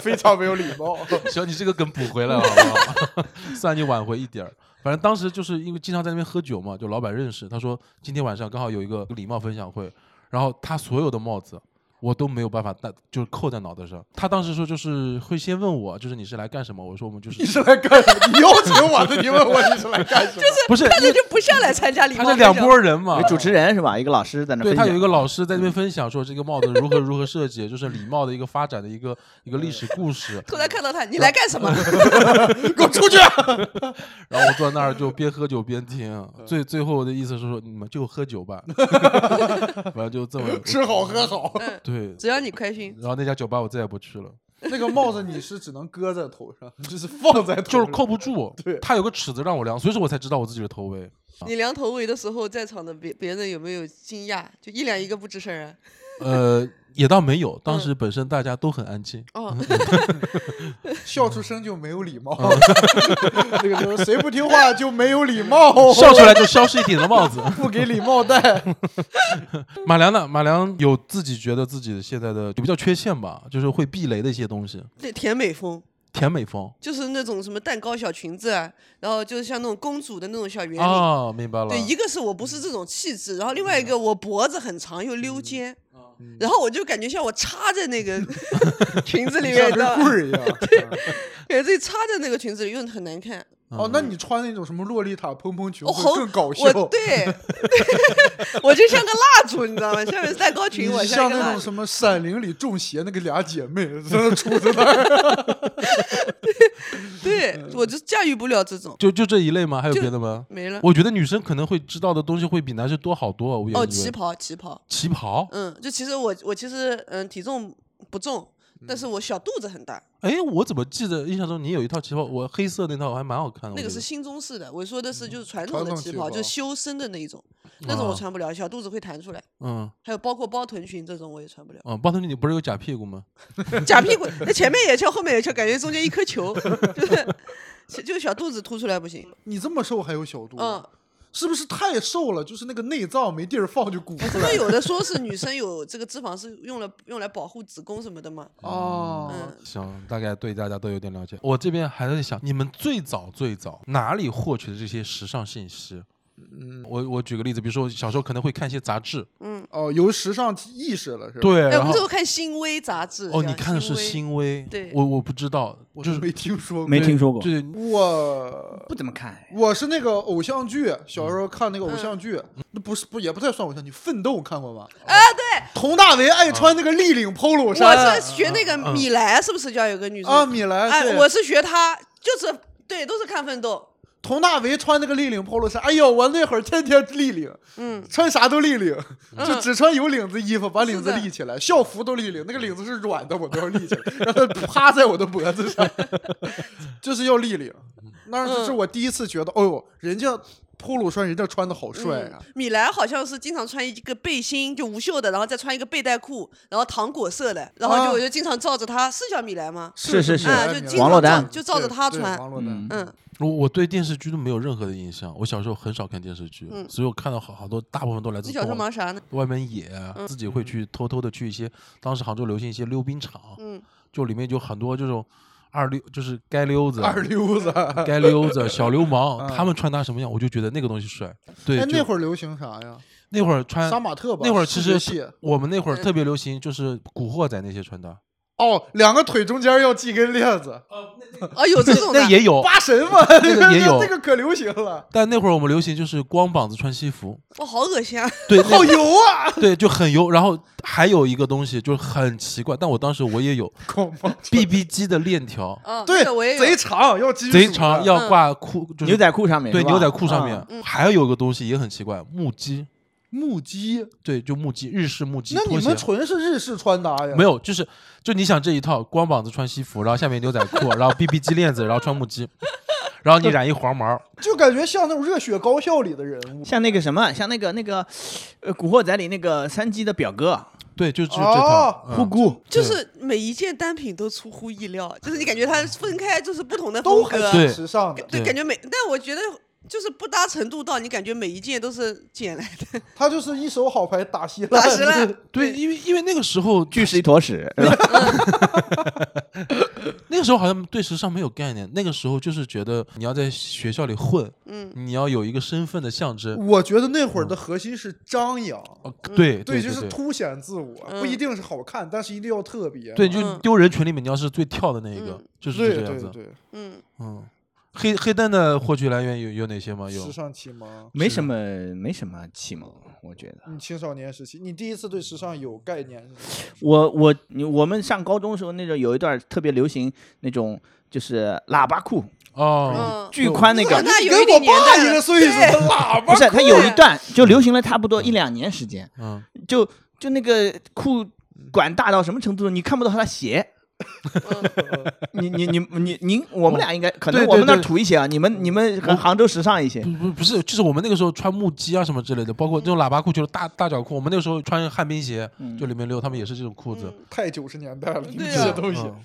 非常没有礼貌。
行，你这个梗补回来了，好不好？算你挽回一点儿。反正当时就是因为经常在那边喝酒嘛，就老板认识，他说今天晚上刚好有一个礼貌分享会，然后他所有的帽子我都没有办法戴，就是扣在脑袋上。他当时说就是会先问我，就是你是来干什么？我说我们就是
你是来干什么？你邀请我的，你问我你是来干什么？
不 是
看
因为
着就不像来参加礼
他
貌
是
分
两
享。
拨人嘛
有？主持人是吧？一个老师在那
对
分
他有
享
一个老师在那边分享说这个帽子如何如何设计，就是礼貌的一个发展的一个一个历史故事。
突然看到他，你来干 什么？
给我出去！
然后我坐那儿就边喝酒边听，
嗯
最最后的意思是说你们就喝酒 吧，反正就这么
吃好喝好。
嗯
对。
只要你开心，
然后那家酒吧我再也不去了，
那个帽子你是只能搁在头上，就是放在头上，
就是扣不住
对。
他有个尺子让我量，所以说我才知道我自己的头围。
啊
你量头围的时候，在场的别别人有没有惊讶？就一两一个不吱声啊？
呃，也倒没有，当
嗯
时本身大家都很安静，
哦，
嗯 笑出声就没有礼貌。
嗯
那个就是谁不听话就没有礼
哦
貌，
笑出来就消失一顶的帽子。
不给礼貌戴。
马良呢？马良有自己觉得自己现在的比较缺陷吧，就是会避雷的一些东西，
对，甜美风。
甜美风
就是那种什么蛋糕小裙子啊，然后就是像那种公主的那种小圆领。
哦
啊，明白了。
对，一个是我不是这种气质，
嗯
然后另外一个我脖子很长又溜肩，然后我就感觉像我插在 那个裙子里面，
像
你知
根
道吧
棍儿 一样。
感觉自己插在那个裙子里又很难看。
哦，那你穿那种什么洛丽塔蓬蓬裙
我哦好
会更搞笑
我。对， 我就像个蜡烛，你知道吗？下面是蛋糕裙，我
你
一
像
个
那
蜡
种
烛。
什么《闪灵》里中邪那个俩姐妹，在 那杵在那儿，
对，
嗯
我就驾驭不了这种，
就就这一类吗？还有
就
别的吗？
没了。
我觉得女生可能会知道的东西会比男生多好多啊。我原以
哦，
为
旗袍，旗袍，
旗袍，
嗯，就其实我我其实嗯体重不重，
嗯
但是我小肚子很大。
哎，我怎么记得印象中你有一套旗袍，我黑色那套还蛮好看的。
那
我
个
觉
是
得嗯
新中式的，我说的是就是传
传
统的
统
旗
旗
袍，
袍
就修身的那一种，那种
啊
我穿不了，小肚子会弹出来。
嗯，
还有包括包臀裙这种我也穿不了
嗯，包头你不是有假屁股吗？
假屁股那前面也翘，后面也翘，感觉中间一颗球， 就是其就是小肚子凸出来不行。
你这么瘦还有小肚子，
嗯，
是不是太瘦了？就是那个内脏没地儿放就鼓出
不
来
是有的说是女生有这个脂肪是用了用来保护子宫什么的嘛？
哦。
嗯，
行，大概对大家都有点了解。我这边还在想，你们最早最早哪里获取的这些时尚信息？嗯，我我举个例子，比如说小时候可能会看一些杂志，
哦，有时尚意识了是吧？，
对，
嗯哎，我
然
们
后
这个看新微杂志。
哦，
叫
你看的是
微，
新微，
对
我我不知道，
我
就
就是没听说过。
没听说过，
对，
我
不怎么看。
我是那个偶像剧，小时候看那个偶像剧，那不是不也不太算偶像剧，《奋斗》看过吗？
啊，对，
佟大为爱穿那个立领 polo
我
衫
啊
是学那个
嗯
啊米莱，是不是叫有个女生
啊，米兰，
哎，
对
我是学他，就是对，都是看奋斗。嗯
佟大为穿那个立领 polo 衫，哎呦，我那会儿天天立领，
嗯，
穿啥都立领，就
嗯
只穿有领子衣服，把领子
是的
立起来，校服都立领，那个领子是软的，我都要立起来， 让它趴在我的脖子上， 就是要立领。那是是我第一次觉
嗯
得，哦呦，人家 polo 衫人家穿的好帅啊，
米兰好像是经常穿一个背心，就无袖的，然后再穿一个背带裤，然后糖果色的，然后就
啊
我就经常照着他，是叫米兰吗？
是是是
啊
米兰
就
米兰
经
王珞
常照
丹
就照着
对
他
哎对
穿，
王珞丹。
嗯
嗯
我我对电视剧都没有任何的印象，我小时候很少看电视剧，
嗯
所以我看到好好多大部分都来自
你小时候嗯
动画
忙啥呢？
外面野，啊自己会去偷偷的去一些当时杭州流行一些溜冰场，
嗯，
就里面就很多这种二溜，就是街溜子、
二溜子，哎，
街溜子、小流氓，
嗯
他们穿搭什么样，我就觉得那个东西帅。对，
哎那
儿
会儿流行啥呀？
那会儿穿
杀马特吧。
那会儿其实
视觉系
我们那会儿
嗯
特别流行，就是古惑仔那些穿搭，
哦，两个腿中间要系根链子，
啊，有这种的
那，也有，
八神嘛，
哦 那个也有
这个可流行了，
但那会儿我们流行就是光膀子穿西服，
哇，好恶心啊！
对，那
好油 啊！
对就很油。然后还有一个东西就是很奇怪，但我当时我也有
恐怖，
BB 机的链条，
啊，
对
那个我也，有
贼长，要系
贼长，要挂裤，就是
牛仔裤上面
对
是吧
牛仔裤上面
啊，
还有一个东西也很奇怪，木屐，
木屐。
对，就木屐，日式木屐
那
拖
你
鞋
们。纯是日式穿搭呀？
没有，就是就你想这一套，光膀子穿西服，然后下面牛仔裤，然后 BB 机链子，然后穿木屐，然后你染一黄毛，
就感觉像那种热血高校里的人物。
像那个什么，像那个那个，呃，《古惑仔》里那个三鸡的表哥
对，就就这
哦
套。
呼
嗯
姑，
就是每一件单品都出乎意料，就是你感觉它分开就是不同的风
都很
格，
对
时尚的，
对，
对
感觉每，但我觉得就是不搭程度到你感觉每一件都是捡来的，
他就是一手好牌打稀
打
烂，
实了。
对，因为因为那个时候，
巨是一坨屎，是吧？
那个时候好像对时尚没有概念，那个时候就是觉得你要在学校里混，
嗯，
你要有一个身份的象征。
我觉得那会儿的核心是张扬，
哦，对对
嗯就是
对，
凸显自我，
嗯
不一定是好看，但是一定要特别嘛。
对，就
嗯
丢人群里面你要是最跳的那一个
嗯，
就是
对
这样
对
子。
对，
嗯，
嗯，黑黑灯的获取来源有有哪些吗？有
时尚启蒙。
没什么没什么启蒙，我觉得。
嗯你青少年时期，你第一次对时尚有概念是什么？
我我你我们上高中的时候，那种有一段特别流行那种就是喇叭裤，
哦，
嗯，
巨宽那个，
那
你
有
跟
一
我
点年
爸一
代
个
了，
岁数的 喇叭
不是它
裤
有一
耶
段就流行了差不多一两年时间，
嗯，
就就那个裤管大到什么程度，你看不到他的鞋。
嗯
你你你你您，我们俩应该可能
对对
我们那儿
对
土一些啊，你们你们杭杭州时尚一些
不不不是，就是我们那个时候穿木屐啊什么之类的，包括这种喇叭裤，就是大大脚裤。我们那个时候穿旱冰鞋，就
嗯
里面溜，他们也是这种裤子。
太九十年代了，你
对
们
啊
这些东西。
嗯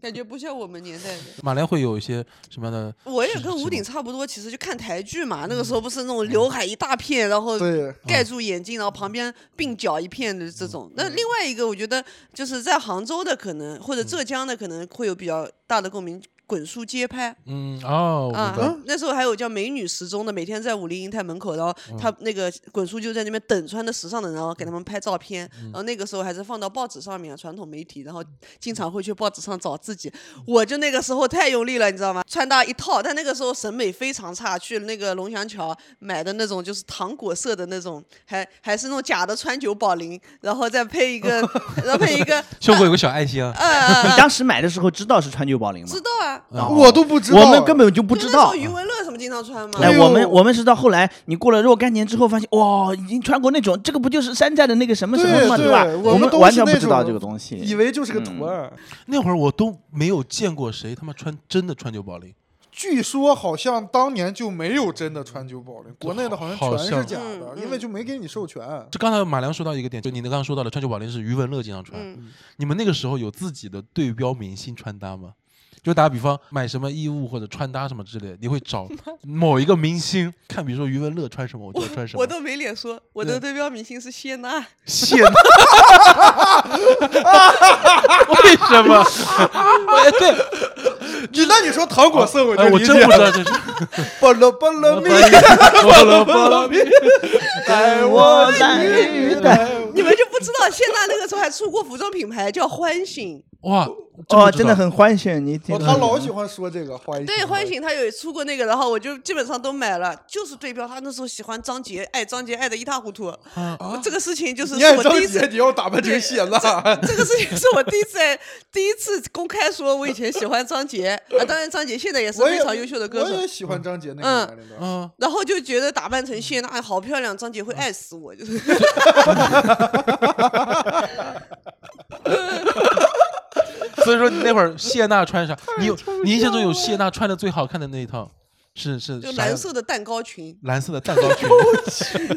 感觉不像我们年代的。
马来会有一些什么样的？
我也
是
跟
是嗯
吴鼎差不多，其实就看台剧嘛。那个时候不是那种刘海一大片，然后
对，
盖住眼睛，然后旁边鬓角一片的
嗯
这种。那另外一个，我觉得就是在杭州的可能或者
嗯
浙江的可能会有比较大的共鸣，滚梳街拍。
嗯哦，我明白
啊，那时候还有叫美女时钟的，每天在武林银泰门口，然后
嗯
他那个滚叔就在那边等穿的时尚的人，然后给他们拍照片。
嗯
然后那个时候还是放到报纸上面，啊传统媒体，然后经常会去报纸上找自己。我就那个时候太用力了，你知道吗？穿搭一套，但那个时候审美非常差，去那个龙翔桥买的那种就是糖果色的那种，还还是那种假的川久保玲，然后再配 一个，然后配一个，
胸口有个小爱 心啊。
呃呃，
你
呃
当时买的时候知道是川久保玲吗
知？道啊，
哦我都不知道，
我们根本就不知啊
就那时
道嗯
候。余文乐什么经常穿吗？
哎
哎，
呦
我们我们是到后来，你过了若干年之后，发现哇，已经穿过那种，这个不就是山寨的那个什么什么
对
嘛，
对
吧？
我
我
们都
完
是
全
那
不知道
种
这个东西，
以为就是个图案。
那会儿我都没有见过谁他妈穿真的川久保玲，
据说好像当年就没有真的川久保玲，国内的好像
好
全是
像
假
嗯
的，
嗯
因为就没给你授权。
就刚才马良说到一个点，就你刚刚说到的川久保玲是余文乐经常穿。
嗯
你们那个时候有自己的对标明星穿搭吗？就打比方，买什么衣物或者穿搭什么之类的，你会找某一个明星看，比如说余文乐穿什么，我就要穿什么。
我都没脸说，我的对标明星是谢娜。
谢娜，为什么？哎，对，
你那你说糖果色，
哎，
就
我
理
真
解
不知道这是。哎
巴拉巴拉咪，
巴拉巴拉咪
带
哎我
去
在
带我
你们就不知道，谢娜那个时候还出过服装品牌叫欢醒，
哇，这
哦，
不知
真的
道
很欢喜你听
哦，
了。
他老喜欢说这个欢喜，
对，欢，醒他有出过那个，然后我就基本上都买了，就是对标他那时候喜欢张杰，爱张杰爱的一塌糊涂。我这个事情就是
啊你
是
爱
我
张
第一次
杰，，你要打扮成写了。
这个事情是我第一次在第一次公开说我以前喜欢 张杰啊，当然张杰现在也是
我
非
也
常优秀的歌
我
手
也。喜欢张杰那
嗯
个年龄段。
嗯，
然后就觉得打扮成谢娜哎好漂亮，张杰会爱死我，就是。
所以说你那会儿谢娜穿啥？你有你印象中有谢娜穿的最好看的那一套是是啥
就
样
蓝
的。
色的蛋糕裙
蓝色的蛋糕 裙，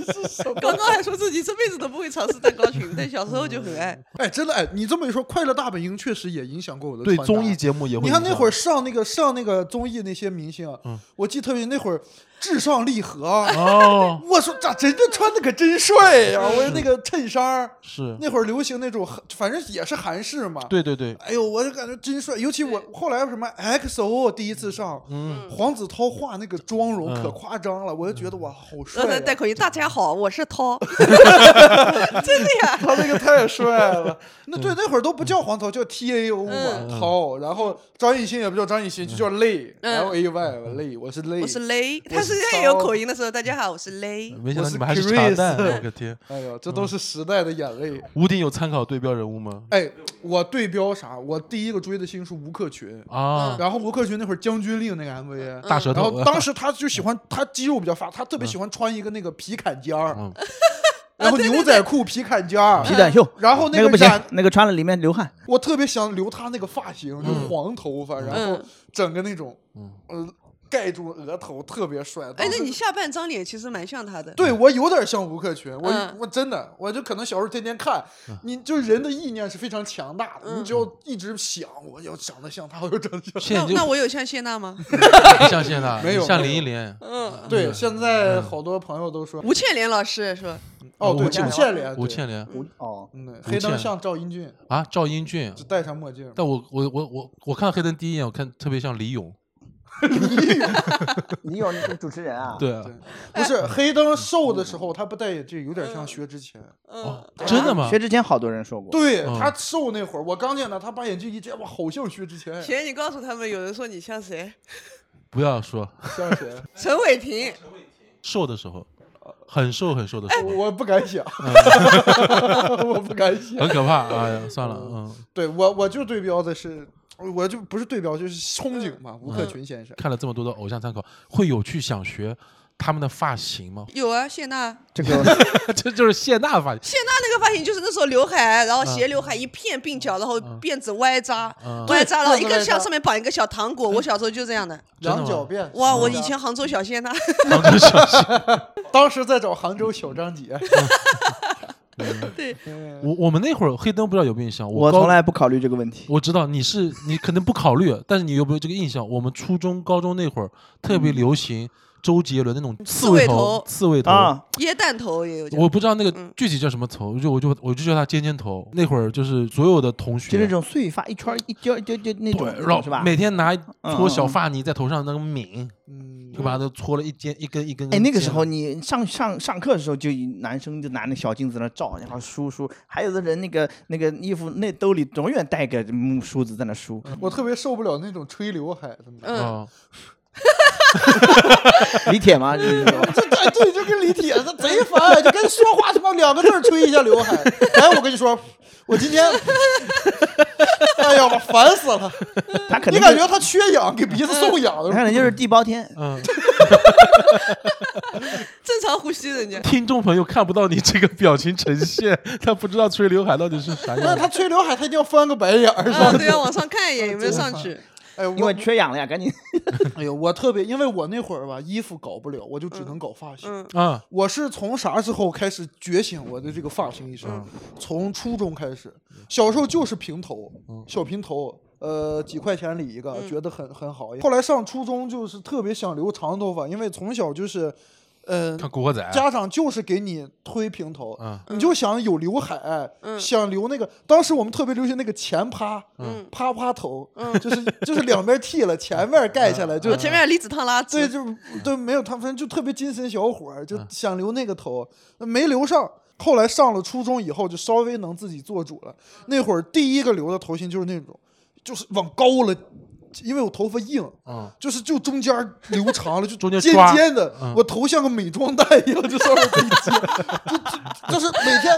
刚刚还说自己这辈子都不会尝试蛋糕裙，但小时候就很爱。
哎，真的哎，你这么一说，《快乐大本营》确实也影响过我的
对
穿搭
综艺。节目也会
你
影
看
响。嗯
那会儿上那个上那个综艺那些明星啊，我记得特别那会儿至上励合啊，
哦，
我说咋人家穿的可真帅呀、
嗯
我那个衬衫儿，
是
那会儿流行那种韩，反正也是韩式嘛。
对对对，
哎呦，我就感觉真帅，尤其我后来什么 XO 第一次上，
嗯
嗯
黄子韬画那个妆容可夸张了，我就觉得哇，好帅
让
啊、
他戴口音，大家好，我是涛，真的呀。
他那个太帅 了。那
嗯
对那会儿都不叫黄涛，叫 T A O 嘛，涛。然后张艺兴也不叫张艺兴，就叫累
嗯
，L A Y 累，我是累。
我是雷，
我
他
是
是在
涛嗯
有口音的时候，大家好，我是雷。
没想到
我是
你们还是茶
Chris
蛋，啊 我的天！
哎呦，这都是时代的眼泪。
吴迪有参考对标人物吗？
哎，我对标啥？我第一个追的星是吴克群，
嗯
啊，
然后吴克群那会儿《将军令》那个 M V。
大舌
然
头
后，当时他就喜欢，他肌肉比较发，他特别喜欢穿一个那个皮坎肩儿
嗯，
然
啊
后牛仔裤皮坎肩儿，
皮短袖，
然后
那
个
不行
染，
那个穿了里面流汗。
我特别想留他那个发型，就是黄头发，然后
嗯
整个那种，
嗯
呃，盖住额头，特别帅。
哎
当，时
那你下半张脸其实蛮像他的。
对我有点像吴克群，我、
嗯
我真的，我就可能小时候天天看，你就人的意念是非常强大的，你只要一直想，我要长得像他，我要长得像
现在
那
你就
那我有像谢娜 吗？
不像谢娜，
没有
你像
没有
林忆莲。
嗯，
他。对，现在好多朋友都说，
吴倩莲老师是吧？
哦，
嗯
对，
吴倩
吴倩莲，
吴
对
倩，莲
哦，
嗯，黑灯像赵英俊，
啊，赵英 俊。
就戴上墨镜，
但我我我我我看黑灯第一眼，我看特别像李咏。
你有主持人 啊？
对啊，
不
嗯
是黑灯瘦的时候，他不戴眼镜，有点像薛之谦。
嗯，
哦真的吗
薛？之谦好多人说过。
对
嗯
他瘦那会儿，我刚见他，他把眼镜一摘，哇，好像薛之谦，
姐，你告诉他们，有人说你像谁？
不要说
像谁？
陈伟霆。
瘦的时候，很瘦很瘦的时候，
我不敢想，
嗯
我不敢想。
很可怕。哎呀，算了，嗯，
对我，我就对标的是，我就不是对标，就是憧憬嘛，吴克群先生。
看了这么多的偶像参考，会有去想学他们的发型吗？
有啊，谢娜，
这 个
这就是谢娜发型。
谢娜那个发型就是那时候刘海，然后斜刘海
嗯
一片鬓角，然后辫子歪扎，
嗯
歪扎，然后
辫
一
子
个
嗯歪
像
扎嗯
上面绑一个小糖果。我小时候就这样的。
真的吗
羊角辫，
哇，
嗯
我以前杭州小谢娜，
当时在找杭州小张杰，
对，
我我们那会儿黑灯不知道有没有印象，
我
高
从来不考虑这个问题。
我知道你是你可能不考虑，但是你有没有这个印象？我们初中、高中那会儿特别流行周杰伦那种嗯刺猬头，嗯刺猬头。
啊，
椰蛋头也有叫。
我不知道那个具体叫什么头，就我就我就叫他尖尖头。那会儿就是所有的同学，
就那种碎发一圈儿一揪就就那种
对，，然
是吧
后？每天拿一撮小
嗯嗯
发泥在头上那个抿，
嗯，
就把它都搓了一尖一根一根。
哎，那个时候你上上上课的时候，就以男生就拿那小镜子那照，然后梳梳，还有的人那个那个衣服那兜里永远带个木梳子在那梳。
我特别受不了那种吹刘海的。
嗯
啊，
李铁吗？你是说
这这这就跟李铁这 贼烦，啊就跟说话他妈两个字儿吹一下刘海。哎，我跟你说，我 今天，哎呀，我烦死了！
他肯
你
定
感
就
觉他缺氧，给鼻子送氧
他可
的。
能就是地包天。
嗯，
正常呼吸 人家。
听众朋友看不到你这个表情呈现，他不知道吹刘海到底是啥
那
样。
他吹刘海，他一定要翻个白眼儿，是吧
啊，对啊，往上看一眼有没有上 去？
哎，
因
我
为缺氧了呀，赶紧。
哎呦，我特别，因为我那会儿吧，衣服搞不了，我就只能搞发型。
嗯
啊，
我是从啥时候开始觉醒我的这个发型意识？啊从初中开始，小时候就是平头，小平头，呃，几块钱理一个，觉得很很好。后来上初中就是特别想留长头发，因为从小就是，呃，
看《古惑仔》
家长就是给你推平头，
嗯
你就想有刘海，想留那个。当时我们特别流行那个前趴，趴趴头，就是就是两边剃了，前面盖哎下来，就
我前面离子烫拉
嗯
对，
直，
就对，没有他，反正就特别精神小伙儿，就想留那个头，没留上。后来上了初中以后，就稍微能自己做主了。那会儿第一个留的头型就是那种，就是往高了，因为我头发硬，
嗯，
就是就中间儿留长了，就
中间
尖
抓
尖的，
嗯
我头像个美妆蛋一样，就上面可以接，就就就是每天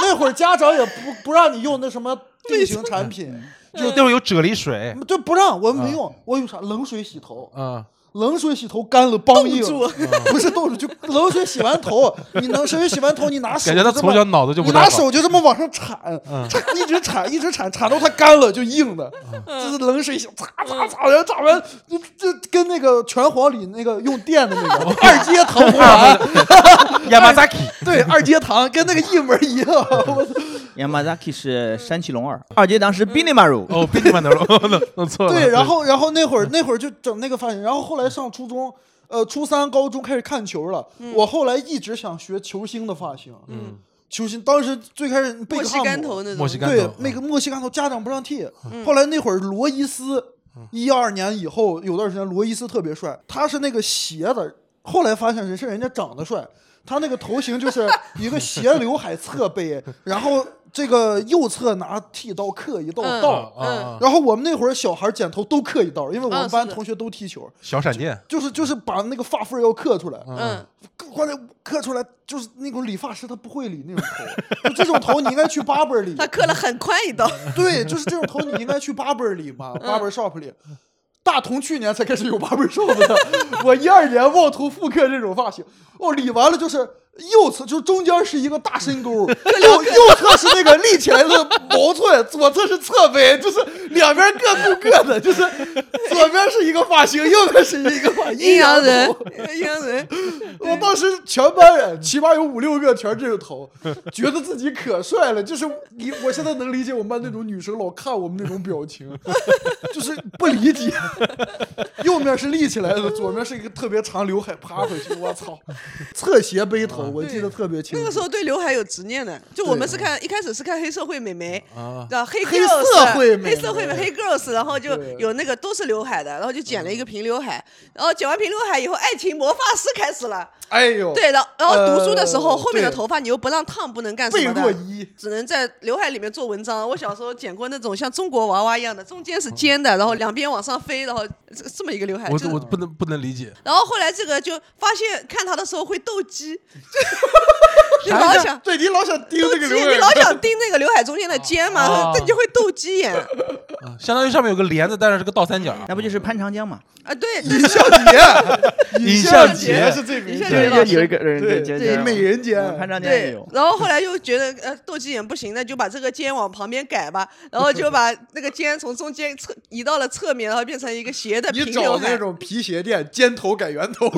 那会儿家长也不不让你用那什么定型产品，
就那会儿有啫喱水，
就不让我没用，我用啥冷水洗头，
嗯，
冷水洗头干了梆硬啊
住，
不是冻住，就冷水洗完头，你冷水洗完头，你拿手
感觉他
就这
从
么
小脑子就不
你
太
拿
好。嗯
手就这么往上铲，铲一直铲，一直铲，铲到它干了就硬的，就是冷水洗，擦擦擦，然后擦完就就跟那个拳皇里那个用电的
哦
那个二阶糖 葫丸，
亚麻扎 k
对，二阶糖跟那个一模一样。我操
Yamazaki 是山崎龙二， 二阶堂是 Binimaru，
嗯
哦，宾利曼德罗，
弄错了。
对，然后然后那
嗯
会儿那会儿就整那个发型，然后后来上初中。呃，初三、高中开始看球了。
嗯
我后来一直想学球星的发型，
嗯，
球星当时最开始贝
墨
克
西
汉
干
姆
头，那种，
墨西干
对
头，嗯
那个墨西干头家长不让剃。后来那会儿罗伊斯，
嗯
一二年以后有段时间罗伊斯特别帅，他是那个斜的。后来发现人是人家长得帅，他那个头型就是一个斜刘海侧背，然后这个右侧拿剃刀刻一道
嗯
道。
啊，
然后我们那会儿小孩剪头都刻一道，因为我们
嗯
班
是的
同学都踢球，
小闪电，
就是就是把那个发缝儿要刻出来。
嗯，
关键刻出来就是那种理发师他不会理那种头，就这种头你应该去 barber 理。
他刻了很宽 一刀，
对，就是这种头你应该去 barber 里嘛，barber
嗯
shop 里。大同去年才开始有 barber shop 的， 我一二年妄图复刻这种发型，哦，理完了就是右侧，就中间是一个大深沟，右 右侧是那个立起来的毛寸，左侧是侧背，就是两边各顾各的，就是左边是一个发型，右边是一个发型，
阴阳人
头，
阴阳人，
我当时全班人起码有五六个全是这个头，觉得自己可帅了。就是你，我现在能理解我们班那种女生老看我们那种表情， 就是不理解。 右面是立起来的，左面是一个特别长刘海趴回去。我操，侧斜背头，我记得特别清楚。
那个时候对刘海有执念的，就我们是看一开始是看黑社会美眉
啊，
然后黑
黑
girls，
社会美
黑社会
眉
美黑 girls，然后就
对
有那个都是刘海的，然后就剪了
嗯
一个平刘海，然后剪完平刘海以后，爱情魔法师开始了。
哎呦，
对，然后然后读书的时候，
呃
后面的
对
头发你又不让烫，不能干什
贝
么
若
的。
一，
只能在刘海里面做文章。我小时候剪过那种像中国娃娃一样的，中
嗯
间是尖的，然后两边往上飞，然后这这么一个刘海。
我
就是
我不能不能理解，
然后后来这个就发现看他的时候会斗 鸡，
啥
就就老
意思
想
对你老想盯
斗
这
鸡，
个刘
你
海，
老 想盯那个刘海中间的尖嘛
啊，
这你就会斗鸡眼
啊相当于上面有个帘子，但是是个倒三角。
那不就是潘长江嘛？
啊。 对，
尹相杰，尹相杰是最明
尹相
显
杰
的，
老师
有一个人
对对，美人尖，
潘长江也
对
有，。
然后后来又觉得呃斗鸡眼不行，那就把这个肩往旁边改吧，然后就把那个肩从中间侧移到了侧面，然后变成一个斜的
你
平
找
刘
那
海。
种皮鞋店，尖头改圆头，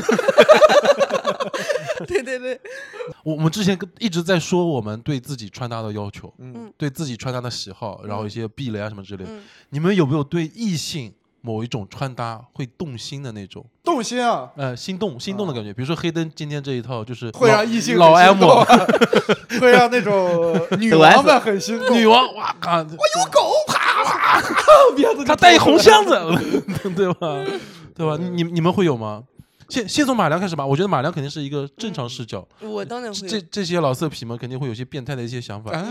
对对对，
我我们之前跟一直在说我们对自己穿搭的要求，
嗯，
对自己穿搭的喜好，然后一些壁垒啊什么之类的
嗯。
你们有没有对异性某一种穿搭会动心的那种？
动心啊，
呃，心动心动的感觉，比如说黑灯今天这一套就是
会
老
让异性
老
很
M
心动 啊会让那种 女王们很心动。
女王，哇靠，
有 狗，啪啪啪，别的
她带一红箱子， 对吧？对吧？你你们会有吗？先先从马良开始吧，我觉得马良肯定是一个正常视角，
我当然嗯会
这
有。啊
这些老色痞们肯定会有些变态的一些想法，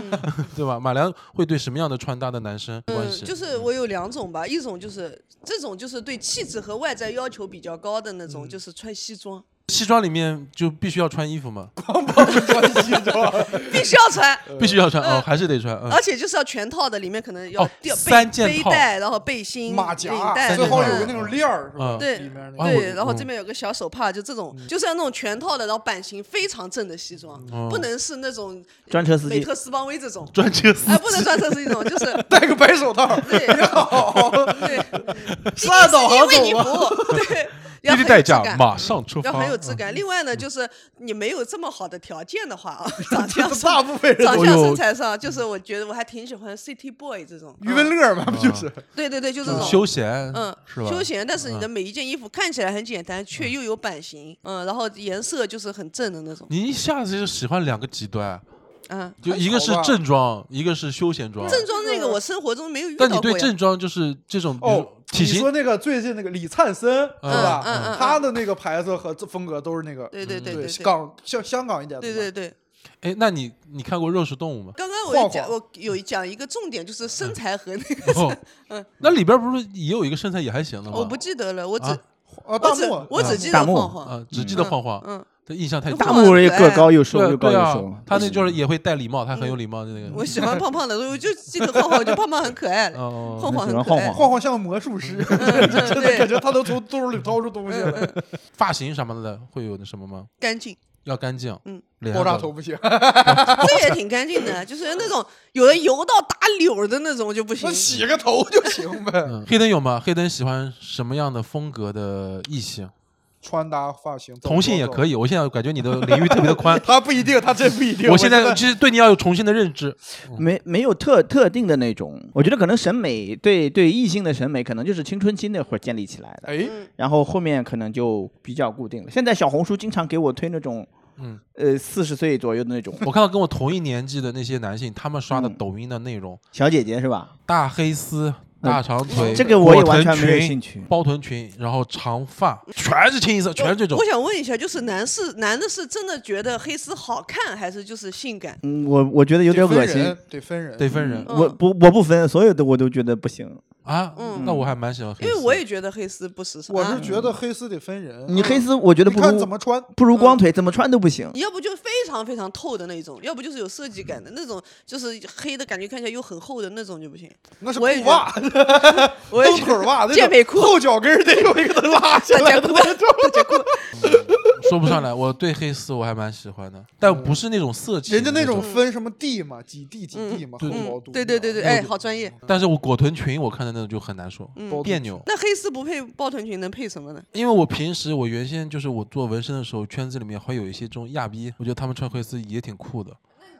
对吧？马良会对什么样的穿搭的男生关
嗯，
系？
就是我有两种吧，一种就是这种就是对气质和外在要求比较高的那种，就是穿西装，
西装里面就必须要穿衣服嘛，
穿西装，
必须要穿，
呃
必须要穿哦，
嗯
还是得穿。嗯
而且就是要全套的，里面可能要
哦
吊背
三件
背
套
带，然后背心、
马
领
甲
带，，
最后
嗯
有个那种链儿，是吧？
嗯
对
里面那
啊
对，
我
然后这
嗯
边有个小手帕，就这种，就是要那种全套的，然后版型非常正的西装，
哦，
不能是那种
专车司
美
机
特斯邦威这种
专车司
哎，不能专车司机这种，就是
戴个白手套，
对
哦
对，
是按导航
因为你
走
服
吗？
务，对，
滴
要
滴
很
代
有质
驾
感。
马上出
要
发，嗯
很有质感。另外呢，就是你没有这么好的条件的话啊，长相上
大部分人
长
都
相
我有
身材上，就是我觉得我还挺喜欢 City Boy 这种。嗯
余文乐嘛，不就是？
对对对，就这
嗯
种。
休闲，
嗯，
是吧？
休闲，但是你的每一件衣服看起来很简单，却又有版型，嗯，然后颜色就是很正的那种，
你一下子就喜欢两个极端，
嗯。
就一个是正装，一个是休闲装。
正装那个我生活中没有遇到
嗯但
过
你
呀。嗯
对正装就是这种比如
哦，
体
你
型
说那个最近那个李灿森是吧
嗯嗯嗯？
他的那个牌子和风格都是那个，
对对对对
港像香港一点的
对
嘛，
对对，
哎，那你你看过《肉食动物》 吗？
刚刚我
晃
有讲，
晃
我有讲一个重点，就是身材和那个，
哦，那里边不是也有一个身材也还行的吗？
嗯我不记得了，我只
啊
啊，
我
大
只
漠
我只记
大
得
漠
晃晃，
啊，只记得
嗯
晃晃，
嗯，
他印象太
大
大
重了。
漠
木人也
很可
个
爱
高又瘦，
对
又高
对
又
啊
瘦。，嗯
他那就是也会戴礼帽，他很有礼貌的那个。
嗯我喜欢胖胖的，我就记得晃晃，我就胖胖很 可爱，
哦
晃晃
喜欢
很可
晃
爱，
晃
晃晃像魔术师， 真的
嗯对
感觉他能从兜里掏出东西来。
发型什么的会有那什么吗？
嗯干净，
要干净，
嗯，
脸
爆
上
炸
的
头不行，
这也挺干净的，就是那种有的油到打绺的那种就不行
那。洗个头就行呗。
嗯，黑灯有吗？黑灯喜欢什么样的风格的异性？
穿搭、发型，
同性也可
以。，
以。我现在感觉你的领域特别的宽
他不一定，他真不一 定。
我现在其实对你要有重新的认知。
没没有特特定的那种，嗯我觉得可能审美对对异性的审美，可能就是青春期那会儿建立起来的，
哎，
然后后面可能就比较固定了。现在小红书经常给我推那种，
嗯，
呃，四十岁左右的那种
我看到跟我同一年纪的那些男性，他们刷的
嗯
抖音的内容，
小姐姐是吧？
大黑丝、大长腿、
嗯这个我也完
裹
全
臀
没有
裙
兴趣。
包臀裙，然后长发，全是清一色，全是这种
我。想问一下，就是男是男的是真的觉得黑丝好看，还是就是性感？
嗯，我我觉得有点
得分
恶心
人。，得分人。
得分人
嗯
我不我不分，所有的我都觉得不行。
啊，
嗯
那我还蛮喜欢黑
因
丝。
为我也觉得黑丝不时尚。
我
啊
是觉得黑丝得分人。
你黑
嗯
丝，我觉得
你
不
看怎
如
么穿，
不如光腿，怎么穿都不行。
你要不就非常非常透的那种，要不就是有设计感的那种，就是黑的感觉看起来又很厚的那种就不行。
那是裤
我也觉得
袜，
我也
蹬 腿儿袜，那
健
种
美裤
后脚跟儿得有一个能 拉下来的那种。
说不上来，我对黑丝我还蛮喜欢的，但不是那种色情，
嗯人家那种。
嗯
分什么地嘛，几地几地嘛，
嗯
厚
嗯
薄度。
对对对对，哎，好专业。
但是我裹臀裙，我看的那种就很难受，
嗯
别扭。
那黑丝不配包臀裙能配什么呢？
因为我平时我原先就是我做纹身的时候，圈子里面会有一些这种亚逼，我觉得他们穿黑丝也挺酷的，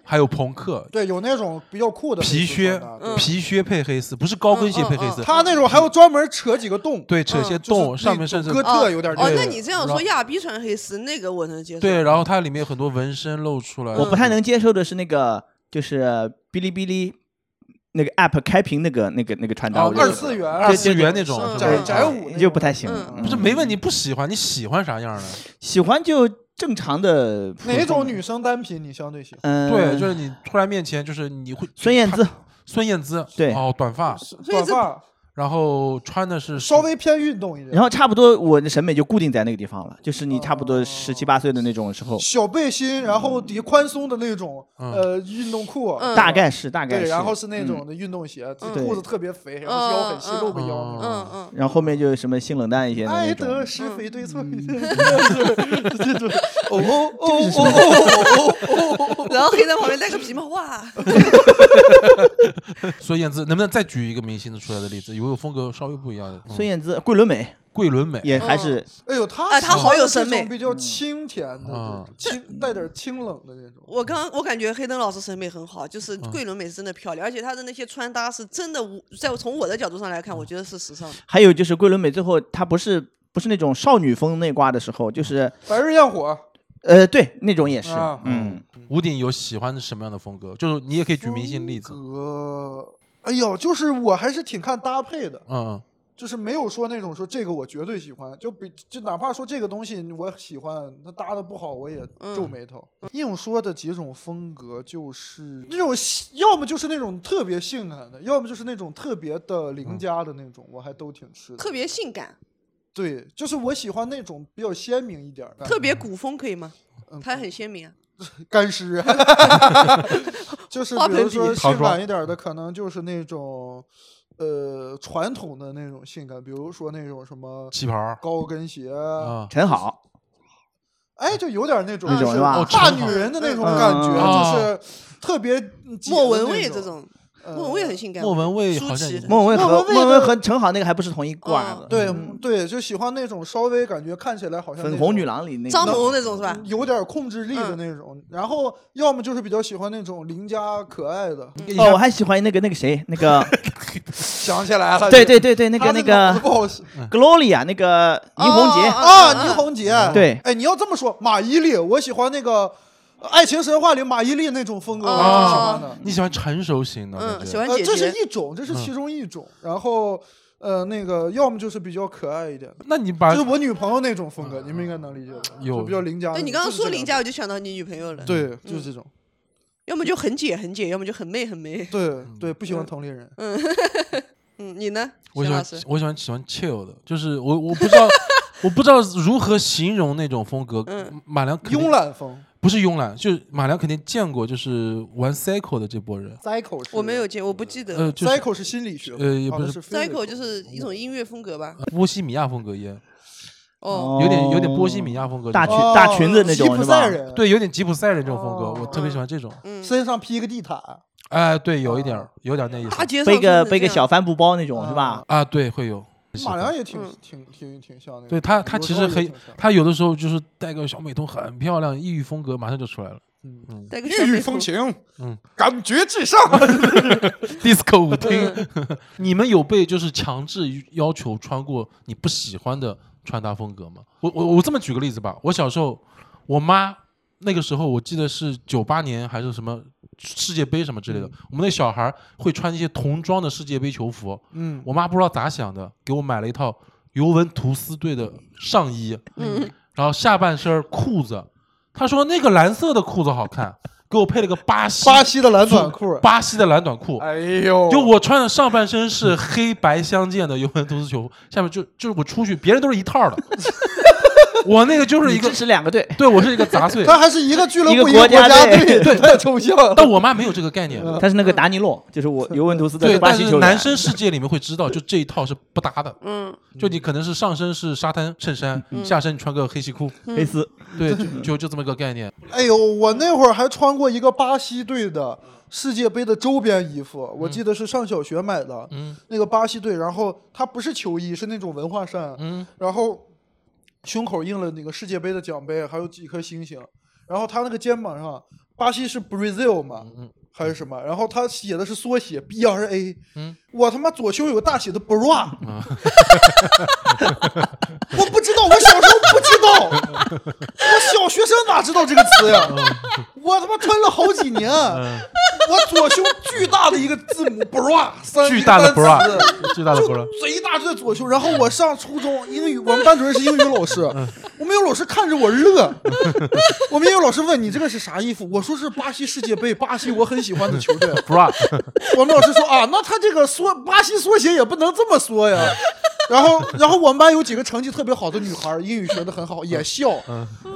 还有朋克
对，有那种比较酷的
皮
黑丝
靴
穿搭，对嗯
嗯
皮靴配黑丝，不是高跟鞋配黑丝，
他那种还要专门扯几个洞，
对，扯些洞，
就是那
上面甚至
种哥特有点
哦，
这个
那你这样
然
说
后
亚逼穿黑丝那个我能接受。
对，然后它里面有很多纹身露出来，
我不太能接受的是那个，就是哔哩哔哩那个 app 开屏那个那个那个穿搭，
哦
我觉
二
得
次元
二次元那种
嗯，
是
宅
吧
宅舞
就不太行
嗯。
嗯
不是没问你不喜欢，你喜欢啥样的？
喜欢就正常的普通
哪
嗯
种？女生单品你相对喜欢？
嗯，
对，就是你突然面前就是你会
孙燕姿，
孙燕姿，
对
哦，短发，
短发，
然后穿的是
稍微偏运动一点，
然后差不多我的审美就固定在那个地方了，就是你差不多
哦
十七八岁的那种时候，
小背心，然后底宽松的那种，
嗯
呃，运动裤，
嗯
大概是大概
对，
是，
然后是那
嗯
种的运动鞋，
对
裤子特别肥，然后腰很细，
嗯
露个腰那种。
嗯嗯，
然后后面就什么性冷淡一些的
爱
那种
得是非对错，
嗯
哦哦 哦
然后黑在旁边戴个皮帽，哇，
孙燕姿，能不能再举一个明星的出来的例子？有没有风格稍微不一样的？
孙
嗯
燕姿、桂纶镁
桂纶镁，
也还是
哎呦，他
哎他好有审美
喜欢这种比较清甜的
嗯，
清带点清冷的那种。
我刚我感觉黑灯老师审美很好，就是桂纶镁是真的漂亮，而且她的那些穿搭是真的无，在从我的角度上来看，我觉得是时尚的。
还有就是桂纶镁最后她不是不是那种少女风那挂的时候，就是
白日焰火，
呃对那种也是
啊，
嗯，
屋顶有喜欢什么样的风格？就是你也可以举明星例子。
哥，哎呦，就是我还是挺看搭配的，
嗯，
就是没有说那种说这个我绝对喜欢，就比就哪怕说这个东西我喜欢，它搭的不好我也皱
嗯
眉头。硬说的几种风格就是那种性，要么就是那种特别性感的，要么就是那种特别的邻家的那种，我还都挺吃的。
特别性感，
对，就是我喜欢那种比较鲜明一点儿的，
特别古风，可以吗
嗯？
它很鲜明啊。
干 尸，就是
花
比如
盆
说
底
套
性感
装
一点儿的，可能就是那种呃传统的那种性感，比如说那种什么
旗袍
高跟鞋，
啊，
陈好，
哎，就有点那种
那
就
种是吧
是
哦
大
陈
女
好
人的那种
嗯
感
嗯
觉，就是特别紧
莫
的
文
那
蔚
种，
这种，
呃
莫文蔚很性感。
莫文蔚
舒
好像
淇
也
的
莫文蔚
莫
和
文蔚啊
莫文蔚
的
和陈好那个还不是同一挂的，
对
嗯
对，就喜欢那种稍微感觉看起来好像
粉
那
红
种
嗯
女郎里那个
张萌那种是吧？
有点控制力的那
嗯
种，然后要么就是比较喜欢那种邻家可爱的，
嗯
哦，我还喜欢那个那个谁，那 个
想起来了，
对对对对，那个
他
那
脑
个
子不好使
Gloria 那个倪虹洁，
哦
啊，
嗯
倪虹洁，
对
哎，你要这么说，马伊琍，我喜欢那个呃《爱情神话》里马伊琍那种风格，我
哦
挺喜欢的。
你喜欢成熟型的？感
嗯，
觉
喜欢
呃，
姐
这是
姐。
一种，这是其中一种。然后呃，那个要么就是比较可爱一点，
那你把
就是我女朋友那种风格，你们应该能理解吧？
啊有
就比较邻家那种。
嗯对哎你刚刚
就是
说
这
邻
种，
家，我嗯就想到你女朋友了。，
对，就是这种，
要么就很姐很姐，要么就很妹很妹。
对对，不喜欢同龄人。
嗯，你呢，
我喜
沈老
欢
啊
师？
我喜欢喜欢 chill 的，就是我我不知 道我不知道如何形容那种风格。马良肯定
嗯慵懒风
不是慵懒，就是马良肯定见过，就是玩 cycle 的这波人。
，psycho 是
我没有见，我不记得
呃，
了。
就是
psycho 是心理学，
呃也
好
不
像
是
分
cycle
类
就是一种音乐风格吧？
波西米亚风格烟，
哦，
有点有点波西米亚风格这
大
种，
裙
哦
大裙子那种
吉普
是吧
赛人，
对，有点吉普赛人这种风格，
哦
我特别喜欢这种。
身上披个地毯，
哎，对，有一点儿有点儿那意
哦大
思
街上
背个
都是
背个
这样
小帆布包那种是
哦
吧？
啊，对，会有。
马良也挺
嗯
挺挺挺像那个。
对他，他
有
其
时
实
候也
很
挺像，
他有的时候就是戴个小美瞳，很漂亮，异域风格马上就出来了。
带个小
异域
美
风
瞳
情，
嗯，
感觉至上。
disco 舞厅， 你们有被就是强制要求穿过你不喜欢的穿搭风格吗？我我我这么举个例子吧，我小时候，我妈那个时候我记得是九八年还是什么世界杯什么之类的，我们那小孩儿会穿一些童装的世界杯球服，
嗯，
我妈不知道咋想的，给我买了一套尤文图斯队的上衣，嗯，然后下半身儿裤子，她说那个蓝色的裤子好看，给我配了个巴西
巴西的蓝短裤，
巴西的蓝短裤，
哎
哦
呦，
嗯就我穿的上半身是
嗯
黑白相间的尤文图斯球服，下面就就是我出去，别人都是一套的， 我那个就是一
你
个
支，持两个队，
对我是一个杂 碎。
他还是一个俱乐
一个
部
国
国
家队
队，对，太抽象了。
但我妈没有这个概念，
他是那个达尼洛，就是我尤文图
嗯
斯
对，
的巴
但
西
是
球员。
男生世界里面会知道，就这一套是不搭的。
嗯，
就你可能是上身是沙滩衬衫，
嗯
下身你穿个黑西裤，
黑丝，
对，就就就这么一个概念。
哎呦，我那会儿还穿过一个巴西队的世界杯的周边衣服，
嗯
我记得是上小学买的。
嗯，
那个巴西队，然后它不是球衣，是那种文化衫。
嗯，
然后胸口印了那个世界杯的奖杯，还有几颗星星。然后他那个肩膀上，巴西是 Brazil 嘛，
嗯
还是什么？然后他写的是缩写 B R A。
嗯，啊
我他妈左胸有个大写的 bra，、我不知道，我小时候不知道，我小学生哪知道这个词
嗯
呀？我他妈穿了好几年，我左胸巨大的一个字母 bra，三
巨大的
个单词
bra，巨大的 bra，
就贼大就在左胸。然后我上初中英语，我们班主任是英语老师，
嗯
我们有老师看着我乐。 我们英语老师问你这个是啥衣服，我说是巴西世界杯，巴西我很喜欢的球 队。
bra，
我们老师说啊，那他这个缩巴西缩写也不能这么缩呀。然后，然后我们班有几个成绩特别好的女孩儿，英语学的很好，
嗯
也笑。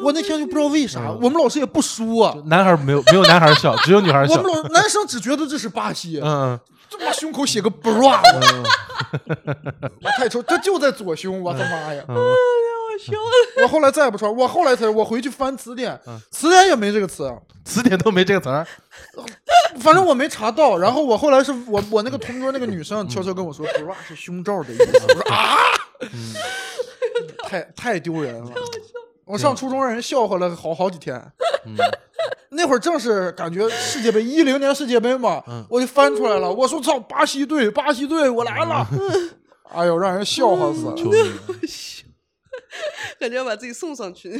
我那天就不知道为啥，我们老师也不说、
男孩没有没有男孩笑，只有女孩
我
笑
们。老男生只觉得这是巴西，
嗯，
这妈胸口写个 bra，我我太丑，这就在左胸，我的妈呀！
啊
我后来再也不穿，我后来才我回去翻词典，词典也没这个词，啊
词典都没这个词儿。
反正我没查到。然后我后来是我我那个同桌那个女生悄悄跟我说，bra 是胸罩的意思。 我说啊，太太丢人了。我上初中让人笑话了好好几天。那会儿正是感觉世界杯，一零年世界杯嘛，我就翻出来了。我说操，巴西队，巴西队，我来了！ 哎呦，让人笑话死了。
感觉要把自己送上去。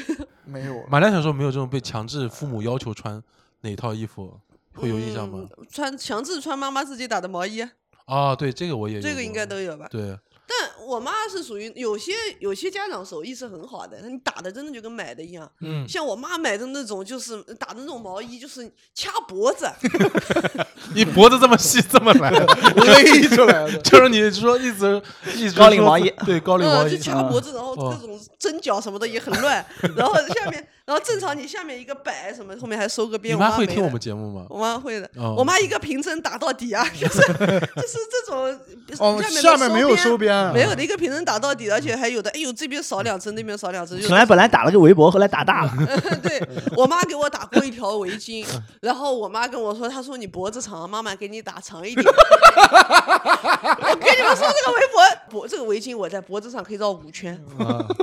没有，
马良小时候没有这种被强制父母要求穿哪套衣服，会有印象吗？
穿强制穿妈妈自己打的毛衣，
啊，对，这个我也有
这个应
过
该都有吧？
对，
但我妈是属于有些有些家长手艺是很好的，你打的真的就跟买的一样。
嗯
像我妈买的那种，就是打的那种毛衣，就是掐脖子，
你脖子这么细，这么来，
勒出来的。
就是你说一直一直
高领
说
毛衣
对高领毛
嗯，
衣啊
就，掐脖子，然后各种针脚什么的也很乱，然后下面，然后正常你下面一个摆什么，后面还收个
你
边。
妈
我
会
没
听我
的
们节目吗？
我妈会的，
哦
我妈一个平针打到底啊， 就是就是这种
哦，
下
下
面
面
的
没有收边，
嗯
没有的一个平针打到底，而且还有的，哎呦这边少两针，那边少
嗯
两针。有
本来本来打了个围脖，后来打大了。
嗯对我妈给我打过一条围巾，
嗯
然后我妈跟我说，她说你脖子长，啊妈妈给你打长一点。 我跟你们说，这个围脖脖这个围巾，我在脖子上可以绕五圈，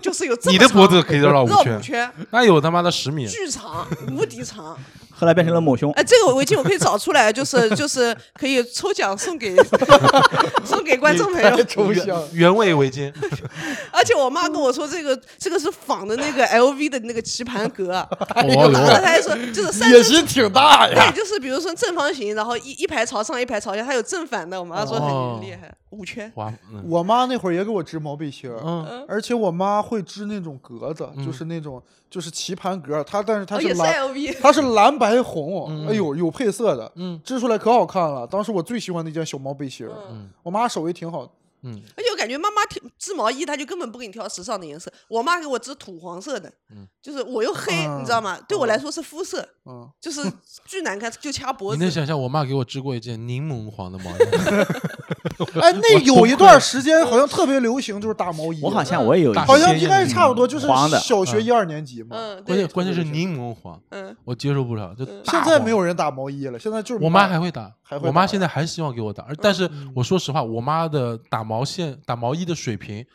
就是有这
嗯
么
你的脖
长
子可以绕
绕
五
五
圈，
圈，
那有他妈的十米，
巨长，无敌长。
后来变成了抹胸
哎，，这个围巾我可以找出来，就是就是可以抽奖送给 送给观众朋友。
抽
原
象。
原味围 巾，
而且我妈跟我说，这个这个是仿的那个 LV 的那个棋 盘格，
哦
然后她
哟，
还说就是三
野
针
心挺大呀！
对，就是比如说正方形，然后一一排朝上，一排朝下，它有正反的。我妈说
哦
很厉害，五圈，
花，嗯
我妈那会儿也给我织毛背心儿，
嗯
而且我妈会织那种格子，就是那种就是棋盘格儿，它但是它
哦，
是
也是
蓝，
LV，
它是蓝白红，
嗯
哎呦有配色的，
嗯
织出来可好看了。当时我最喜欢那件小毛背心儿，
嗯
我妈手艺挺好，
嗯，
而且我感觉妈妈挑织毛衣，她就根本不给你挑时尚的颜色。我妈给我织土黄色的，
嗯
就是我又黑，你知道
哦
吗？对我来说是肤色，
嗯，
就是巨难看，就掐脖
你
子。
能想象我妈给我织过一件柠檬黄的 毛衣？
哎，那有一段时间好像特别流行，就是大毛衣，
我好像我也有一
大
好
个，
像应该是差不多，就是
黄的
小学一二年级嘛。
嗯，
关
对
键，关键是柠檬黄，
嗯，
我接受不了。就大
现在
黄
没有人打毛衣了，现在就是
我妈还会打，
还会
我妈
打
现在还希望给我打，而但是我说实话，我妈的打毛线、打毛衣的水平，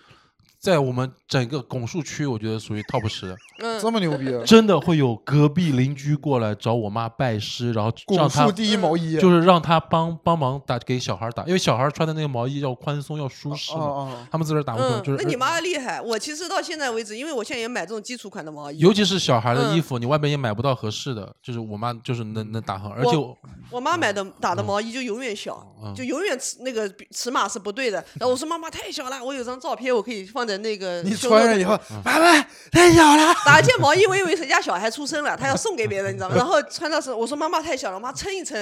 在我们整个拱墅区，我觉得属于 top 十，
嗯
这 么牛逼，
真的会有隔壁邻居过来找我妈拜师，然后让
拱
她
墅第一毛衣，
就是让她帮帮忙打给小孩打，因为小孩穿的那个毛衣要宽松要舒适
啊
嘛，
啊，
他们自个儿打不动，
嗯
就是呃
那你妈厉害。我其实到现在为止，因为我现在也买这种基础款的毛衣，
尤其是小孩的衣
嗯
服，你外边也买不到合适的，就是我妈就是能能打很，而且我
我妈买的打的毛衣就永远小，就永远尺那个比尺码是不对的。然后我说妈妈太小了，我有张照片我可以放在那
嗯
个
你
胸
穿
口
上
的
以后，妈妈太小了，
打一件毛衣，我以为谁家小孩出生了，他要送给别人，你知道吗？然后穿到时候，我说妈妈太小了，妈撑一撑。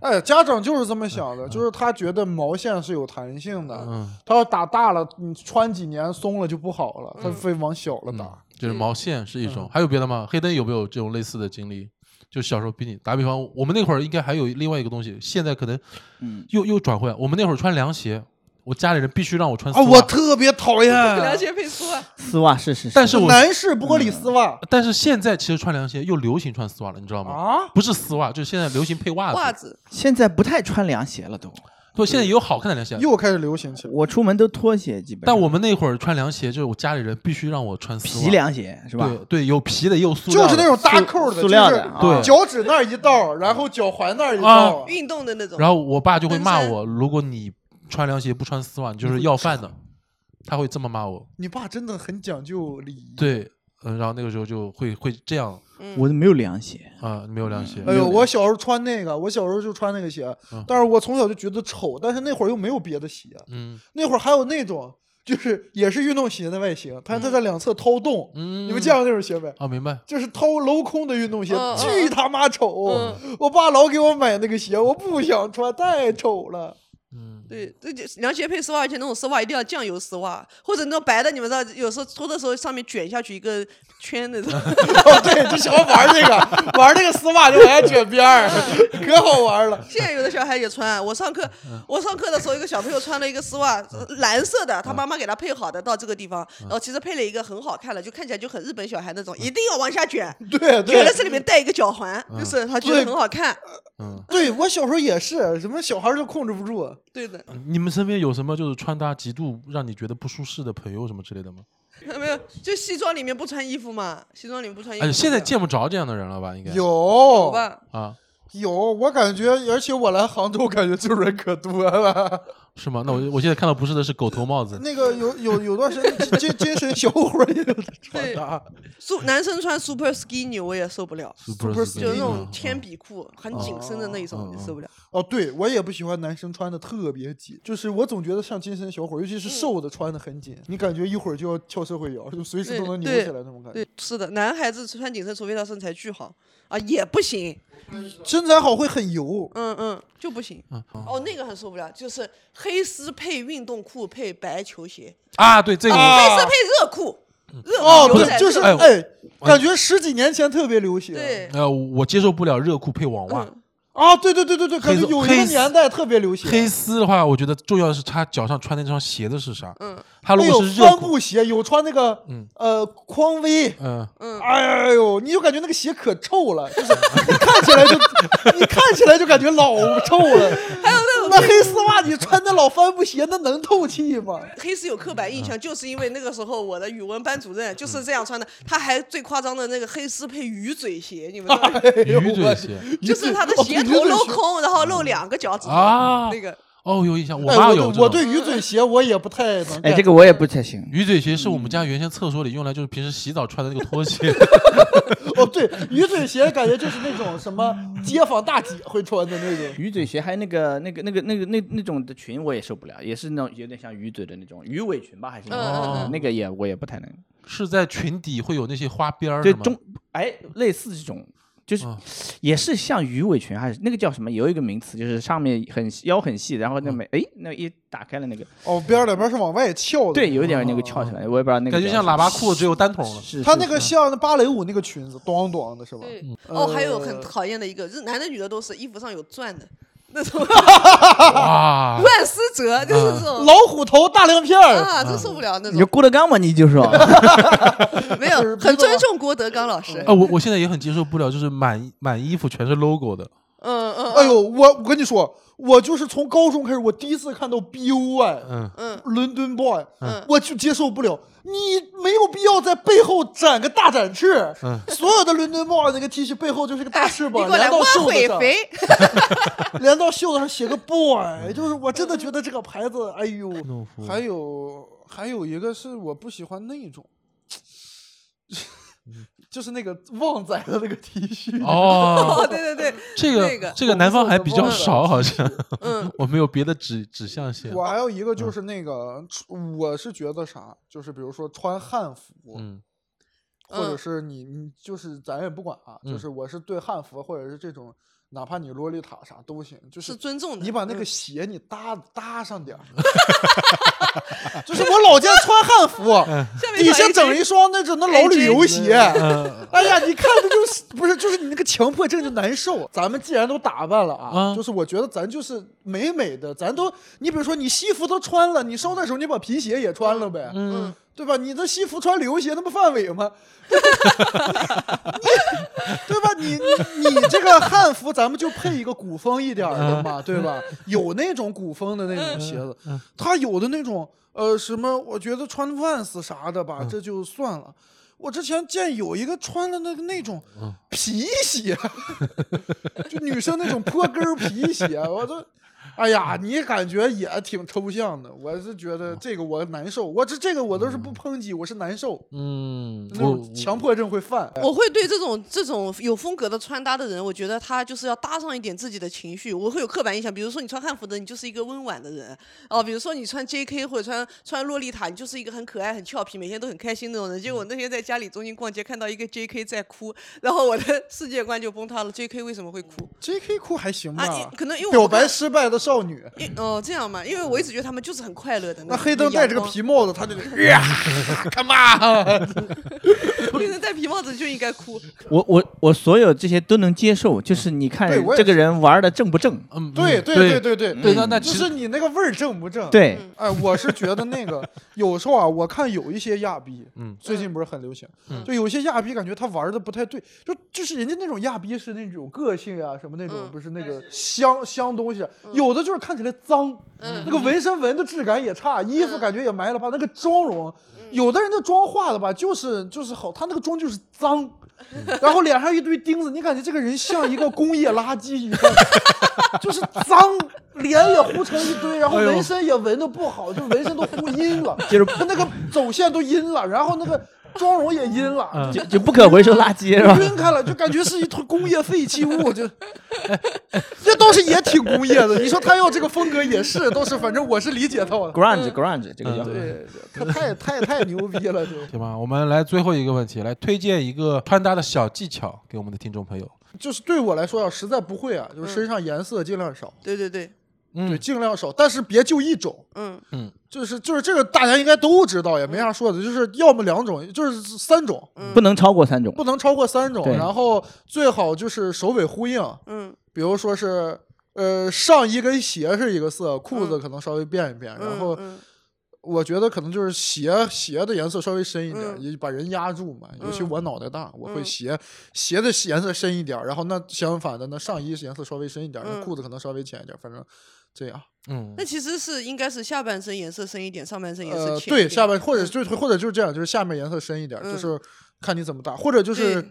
哎，家长就是这么想
哎
的，就是他觉得毛线是有弹性的，
嗯
他要打大了，你穿几年松了就不好了，他非往小
嗯
了打。
就是毛线是一种，还有别的吗？黑灯有没有这种类似的经历？就小时候比你打比方，我们那会儿应该还有另外一个东西，现在可能
嗯
又又转回来。我们那会儿穿凉鞋，我家里人必须让我穿丝
啊，
袜。
我特别讨厌
凉鞋配丝袜，
丝袜是是，
但是我
男士玻璃丝袜
但是现在其实穿凉鞋又流行穿丝袜了，你知道吗？
啊，
不是丝袜，就是现在流行配袜子。
袜子，
现在不太穿凉鞋了都，
对，现在也有好看的凉鞋。
又开始流行起来。
我出门都拖鞋基本上，
但我们那会儿穿凉鞋，就是我家里人必须让我穿丝袜。
皮凉鞋是吧？
对对，有皮的，也有塑料
就
的。
是那种搭扣的，
塑料的
就是
对
脚趾那儿一道，然后脚踝那儿一道
啊，
运动的那种。
然后我爸就会骂
登山
我，如果你穿凉鞋不穿丝袜，你就是要饭的。他会这么骂我。
你爸真的很讲究礼仪。
对，嗯，然后那个时候就会会这样
我都没有凉鞋，
啊、没有嗯凉鞋。
哎呦，我小时候穿那个，我小时候就穿那个鞋，但是我从小就觉得丑，但是那会儿又没有别的鞋，
嗯
那会儿还有那种就是也是运动鞋的外形，但是它在两侧掏洞，
嗯，
你们见过那种鞋没？
啊？明白。
就是掏镂空的运动鞋，
嗯嗯嗯
巨他妈丑！我爸老给我买那个鞋，我不想穿，太丑了。
嗯，
对，对，就凉鞋配丝袜，而且那种丝袜一定要酱油丝袜，或者那种白的，你们知道，有时候脱的时候上面卷下去一个圈那种。
哦，对，就想玩那个，玩那个丝袜就往下卷边儿，可好玩了。
现在有的小孩也穿，我上课，
嗯
我上课的时候，一个小朋友穿了一个丝袜，呃蓝色的，
嗯
他妈妈给他配好的，到这个地方，然后其实配了一个很好看的，就看起来就很日本小孩那种，一定要往下卷，
嗯对嗯
卷
对
的是里面带一个脚环，就是他觉得
对
很好看。
嗯
对，我小时候也是，什么小孩儿都控制不住。
对的，
你们身边有什么就是穿搭极度让你觉得不舒适的朋友什么之类的吗？
没有，就西装里面不穿衣服嘛，西装里面不穿衣服。
哎，现在见不着这样的人了吧？应该
有
有吧？
啊，
有，我感觉，而且我来杭州，感觉这种人 可多了。
是吗？那我我现在看到不是的是狗头帽子。
那个有有有段时间，精精精神小伙儿也有这穿啊搭，
苏男生穿 super skinny 我也受不了，
Super
就
skinny
那种
嗯
铅笔裤很紧身的那种，也受不了。
哦，对我也不喜欢男生穿的特别紧，就是我总觉得像精神小伙儿，尤其是
嗯
瘦的穿的很紧，你感觉一会儿就要跳社会摇，就随时都能扭
对
起来那种感觉。
对，是的，男孩子穿紧身，除非他身材巨好啊，也不行。
身材好会很油，
嗯嗯，就不行。
嗯嗯
哦，那个很受不了，就是黑丝配运动裤配白球鞋，
啊，对这个我，
黑
啊
丝配热裤，热裤
哦，
牛
对，
仔
就是嗯
热
哎我
哎，感觉十几年前特别流行。
对，
呃，我接受不了热裤配网袜。
嗯
啊，对对对对对，感
黑
觉
色
有一
黑
个
色
年代特别流行。哎
黑丝的话，我觉得重要的是他脚上穿那双鞋子是啥。
嗯，
他如
哎有
果是热
帆
裤，
布鞋，有穿那个
嗯
呃匡威，
嗯，
哎呦，你就感觉那个鞋可臭了，就是 你看起来就你看起来就感觉老臭了。还有那那黑丝袜，你穿那老帆布鞋，那能透气吗？
黑丝有刻板印象，
嗯
就是因为那个时候我的语文班主任就是这样穿的，他还最夸张的那个黑丝配鱼嘴鞋，你们知道吗？
哎呦
鱼
我
嘴
去
鞋
就是他的
哦
鞋
鱼嘴
头镂
鞋
空，然后露两个脚趾头
啊
那个
哦，有印象，我
哎
妈
我
有
对
这
我
种
对鱼嘴鞋我也不太能 get。
嗯
哎，这个我也不太行。
鱼嘴鞋是我们家原先厕所里用来就是平时洗澡穿的那个拖 鞋，
哦，对，鱼嘴鞋感觉就是那种什么街坊大姐会穿的那种。
鱼嘴鞋还有那个那个那个那个那那种的裙我也受不了，也是那种有点像鱼嘴的那种鱼尾裙吧，还是那种、
嗯嗯
那个也我也不太能。
是在裙底会有那些花边儿
就
的吗？
中哎，类似这种，就是、
嗯
也是像鱼尾裙还是那个叫什么？有一个名词，就是上面很腰很细，然后那么哎、那一打开了那个，
哦，边儿两边是往外翘的。
对，有一点那个翘起来，我也不知道那个
感觉
叫
像
什么
喇叭裤只有单筒 了。
是是
它那个
是
像芭蕾舞那个裙子，咚咚的是吧？
对，哦，还有很
呃
讨厌的一个，是男的女的都是衣服上有钻的那 种
哇，
乱丝折，就是这种
老虎头大亮片儿，
啊，真受不了那
你就
种。
郭德纲嘛，你就说
没有，
就是逼嗯
很
的
尊重郭德纲老师。
啊，我我现在也很接受不了，就是满满衣服全是 logo 的，
嗯嗯
哎呦，我我跟你说，我就是从高中开始，我第一次看到 BUY
嗯，
嗯，
London Boy，
嗯
我就接受不了。你没有必要在背后展个大展翅， 所有的 London Boy 那个 T 恤背后就是个大翅
嗯 你给
膀，
我来
连到
挖
袖子
毁
上，
肥，
连到袖子上写个 boy，就是我真的觉得这个牌子，哎呦，
弄
嗯
服
还有还有一个是我不喜欢那种，
嗯
就是那个旺仔的那个 T 恤，
哦，
哦，对对 对，
这
那个
个这个南方还比较少，好像
嗯
我没有别的指指向性。
我还有一个
嗯
就是那个，我是觉得啥，就是比如说穿汉服，
嗯
或者
嗯
是你你就是咱也不管啊，就
嗯
是我是对汉服或者是这种，哪怕你洛丽塔啥都行，就是
尊重的。
你把那
嗯
个鞋你搭搭上 点儿，就是我老家穿汉服，
下面
底
小
下
AJ
整一双那种那老旅游鞋，
嗯，
哎呀，你看着就是不是就是你那个强迫症就难受。啊咱们既然都打扮了啊，
啊
就是我觉得咱就是美美的，咱都你比如说你西服都穿了，你捎带手你把皮鞋也穿了呗，
嗯，
对吧？你这西服穿旅游鞋，那不范伟吗？ 你对吧？你你你这个汉服，咱们就配一个古风一点儿的嘛，对吧？有那种古风的那种鞋子，嗯他有的那种呃什么，我觉得穿 Vans 啥的吧，这就算了。我之前见有一个穿的那个那种皮鞋， 就女生那种坡跟儿皮鞋，我都。 哎呀，
嗯
你感觉也挺抽象的，我是觉得这个我难受，我这这个我都是不抨击，我是难受，
嗯，
那
我
种强迫症会犯。
我会对这种这种有风格的穿搭的人，我觉得他就是要搭上一点自己的情绪。我会有刻板印象，比如说你穿汉服的，你就是一个温婉的人哦；比如说你穿 J.K. 或者穿穿洛丽塔，你就是一个很可爱、很俏皮，每天都很开心那种人。结果我那天在家里中间逛街，看到一个 J.K. 在哭，然后我的世界观就崩塌了。J.K. 为什么会哭
J.K. 裤还行吧，
啊？因可能因为
表
我不
白
看
失败的少女，
因哦这样嘛，因为我一直觉得他们就是很快乐的
那
种
黑灯戴着个，皮帽子，他就得呀，come on，
阳光黑 灯戴皮帽子就应该哭。
我我我所有这些都能接受，就是你看
对我也
这个人玩的正不正？
嗯，嗯
对
对嗯
对对对
对，那那
就
其实
是你那个味儿正不正？，
对，
嗯
哎，我是觉得那 个有时候啊，我看有一些亚逼，
嗯
最近不是很流行，
嗯
就有些亚逼感觉他玩的不太对，就就是人家那种亚逼是那种个性啊什么那种，
嗯
不是那个香香东西啊，有的就是看起来脏，
嗯
那个纹身纹的质感也差，衣服感觉也埋了吧，那个妆容，
嗯
有的人的妆化的吧，就是就是好，他那个妆就是 脏。然后脸上一堆钉子，你感觉这个人像一个工业垃圾一样， 就是脏，脸也糊成一堆，然后
哎呦
纹身也纹的不好，就纹身都糊阴了，
就是
他那个走线都阴了，然后那个妆容也阴了，
就就不可回收垃圾嗯 是吧？
晕开了，就感觉是一坨工业废弃物，就 这倒是也挺工业的。你说他要这个风格也是，倒是反正我是理解到的。
嗯
grunge grunge
嗯
这个叫、
对，他太太太牛逼了，就
对吧？我们来最后一个问题，来推荐一个穿搭的小技巧给我们的听众朋友。
就是对我来说啊，实在不会啊，
嗯
就是身上颜色尽量少，
对对对，
对，尽量少，但是别就一种。
嗯
就是就是这个大家应该都知道，也没啥说的，就是要么两种，就是三种，
嗯
不能超过三种。
不能超过三种，
对
然后最好就是首尾呼应，
嗯
比如说是呃上衣跟鞋是一个色，裤子可能稍微变一变，
嗯
然后
嗯
我觉得可能就是鞋鞋的颜色稍微深一点，
嗯
也把人压住嘛。尤其
嗯
我脑袋大，我会
嗯
鞋鞋的颜色深一点，然后那相反的那上衣颜色稍微深一点，那
嗯
裤子可能稍微浅一点，反正这样。
嗯
那，其实是应该是下半身颜色深一点，上半身颜色
呃，
浅一点。
对，下半或者就是或者就是这样，就是下面颜色深一点，就
嗯
是看你怎么搭，或者就是
对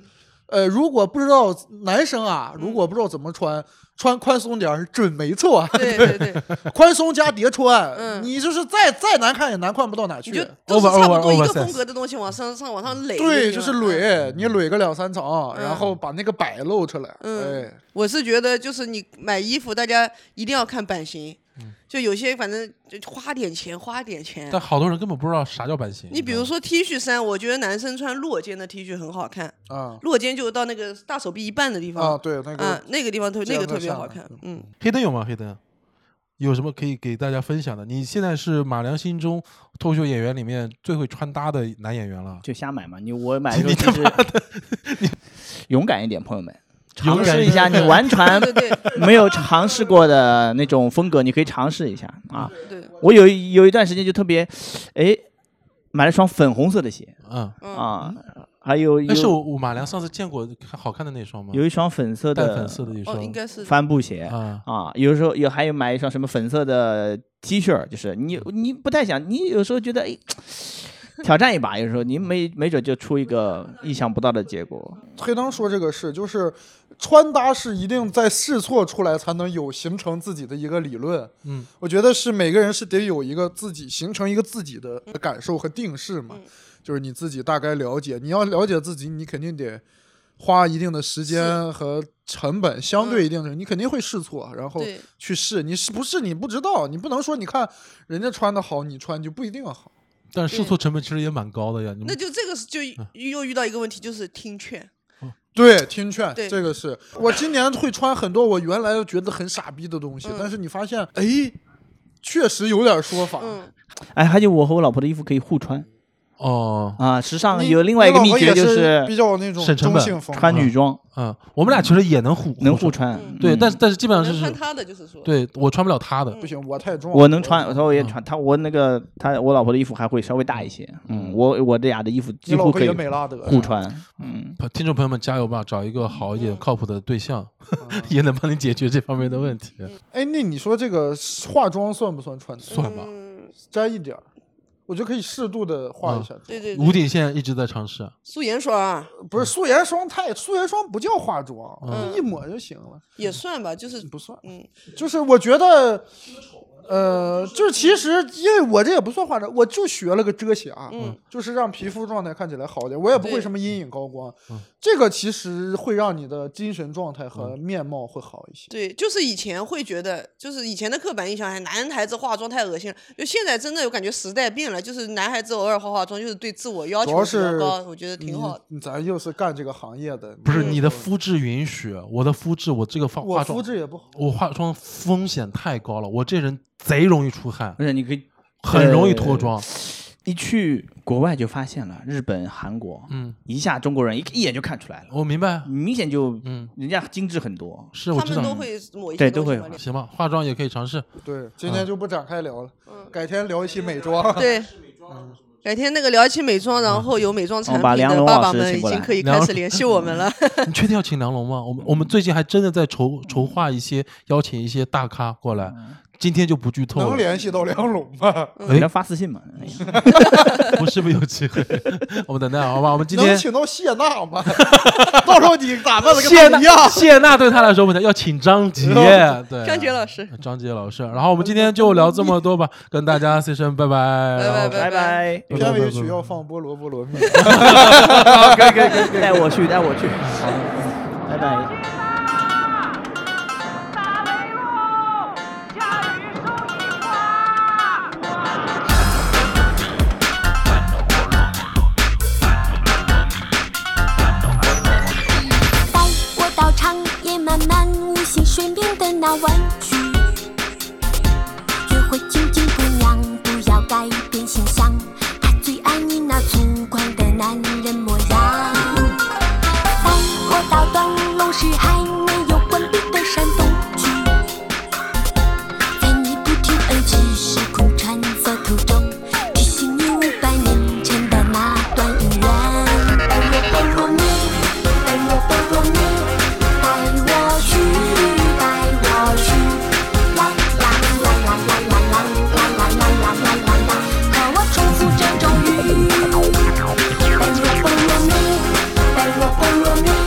呃，如果不知道男生啊，如
嗯
果不知道怎么穿，穿宽松点儿是准没错，啊
对对对，
宽松加叠穿，
嗯
你就是再再难看也难看不到哪
你
去。
就都是
Over-
差不多
over-
一个
oversize
风格的东西往上上往上垒。
对，
你
就
知
是
道吗。
捋，你捋个两三层，
嗯
然后把那个摆露出来。
嗯
哎，
我是觉得就是你买衣服，大家一定要看版型，
嗯
就有些反正就花点钱，花点钱
但。好多人根本不知道啥叫版型。
你比
知道
如
吗，
说 T 恤衫，我觉得男生穿落肩的 T 恤很好看，
啊
落肩就到那个大手臂一半的地方
啊，，对，那
啊
个，
那个地方特
这
那
样
个
就
特别
像
好
了
看，嗯。
黑灯有吗？黑灯有什么可以给大家分享的？你现在是马良心中脱口秀演员里面最会穿搭的男演员了。
就瞎买嘛。你我 买的时候就是 勇敢一点，朋友们，
勇
尝
敢
试
一
一下你完全
对对
没有尝试过的那种风格，你可以尝试一下啊。
对，
我有有一段时间就特别，哎，买了双粉红色的鞋
嗯，哎
嗯，
啊，还有
那是
有
我我马良上次见过好看的那双吗？
有一双粉色
淡
的
粉色的一
哦，
双
应，该是
帆布鞋
啊，
啊，有时候有还有买一双什么粉色的 T 恤儿，就是你你不太想，你有时候觉得哎，挑战一把，有时候你没没准就出一个意想不到的结果。
黑灯说这个是，就是穿搭是一定在试错出来才能有形成自己的一个理论。
嗯，
我觉得是每个人是得有一个自己形成一个自己的感受和定式嘛，就是你自己大概了解，你要了解自己，你肯定得花一定的时间和成本，相对一定的，你肯定会试错，然后
对
去试，你是不是你不知道，你不能说你看人家穿的好，你穿就不一定好。
但是试错成本其实也蛮高的呀。你
那
们
就这个是就
嗯
又遇到一个问题，就是听劝。
对，听劝，
对
这个是我今年会穿很多我原来觉得很傻逼的东西，
嗯
但是你发现，哎，确实有点说法。
嗯，
哎，还有我和我老婆的衣服可以互穿
哦，
啊。时尚
你
有另外一个秘
你老婆
诀
也
就是是
比较那种
省成
中
本
性风，
穿女装，
嗯，我们俩其实也能互
能互
互
穿
嗯。
对，
嗯
但是但是基本上就
能穿
是
他的就是说，
对我穿不了他的
嗯，
不行，我太重。
我能穿，我说我也穿，她我那个她我老婆的衣服还会稍微大一些，嗯，我我这俩的衣服
你
几
老
乎
婆
可以
也美拉德，
互穿，嗯，
听众朋友们加油吧，找一个好
嗯
一点、靠谱的对象， 也能帮你解决这方面的问题，
哎，那你说这个化妆算不算穿搭？
算吧。
嗯，
沾一点儿，我觉得可以适度的化一下妆。
对对
吴
对，
鼎现在一直在尝
嗯
试，
素颜霜啊
不是素颜霜太，素颜霜不叫化妆，
嗯
一抹就行了，
也算吧，就是
不算。
嗯，
就是我觉得，呃，就是其实因为我这也不算化妆，我就学了个遮瑕，啊
嗯
就是让皮肤状态看起来好一点。我也不会
对
什么阴影高光，
嗯
这个其实会让你的精神状态和面貌会好一些。
对，就是以前会觉得，就是以前的刻板印象，哎，男孩子化妆太恶心了。就现在真的有感觉时代变了，就是男孩子偶尔化化妆，就是对自我要
主
求
要
比较
是嗯
高，我觉得挺好的。
你咱又是干这个行业的，
不是你的肤质允许，我的肤质，我这个化
我
化妆
肤，质也不好。
我化妆风险太高了，我这人贼容易出汗，
而且你可以
很容易脱妆。
一去国外就发现了，日本、韩国，
嗯，
一下中国人一一眼就看出来了，
我明白，
明显就
嗯，
人家精致很多。
是我
他
知
们
道
都。会抹一些
对都
东西
会
嘛
行吧，化妆也可以尝 试。
对，今天就不展开聊了，
嗯
改天聊一期美妆。
对，改天那个聊起美妆，然后有美妆产
我哦把
品
梁
的
龙
爸
老
爸
师
们
请
已
过
经
来
可以
梁
开始联系我们了。
你确定要请梁龙吗？我们我们最近还真的在筹筹划一些邀请一些大咖过来，今天就 不剧透
嗯能
了。
联系到梁龙吗？
给他发私信嘛，哎呀
我是不是有机 会？我们等待啊好吧？我们今
能
天
请到谢娜吗？ 到时候你打扮的
谢
跟她一样
娜，谢娜对他来说不太要请张杰，对
张杰老师，
张杰老师。然后我们今天就聊这么多吧，跟大家 say 声拜拜，然后
拜拜
拜，
片尾曲要放《菠萝菠萝蜜》。
可以可以可以，带我去带我去，好，拜拜。
大北路，下雨送你花。
带我到长夜漫漫无心睡眠的那晚去。约会情景姑娘，不要改变形象，她最爱你那粗犷的男人模样。带我到断楼时还没有关闭的山洞去，在你不停摁击时空穿梭途中，提醒你五百年前的那段姻缘。带我蜜，带我菠萝蜜，带我去，带我去，啦啦啦啦啦啦啦啦啦啦啦啦啦啦，和我重复这咒语。带我菠萝蜜，带我菠萝蜜，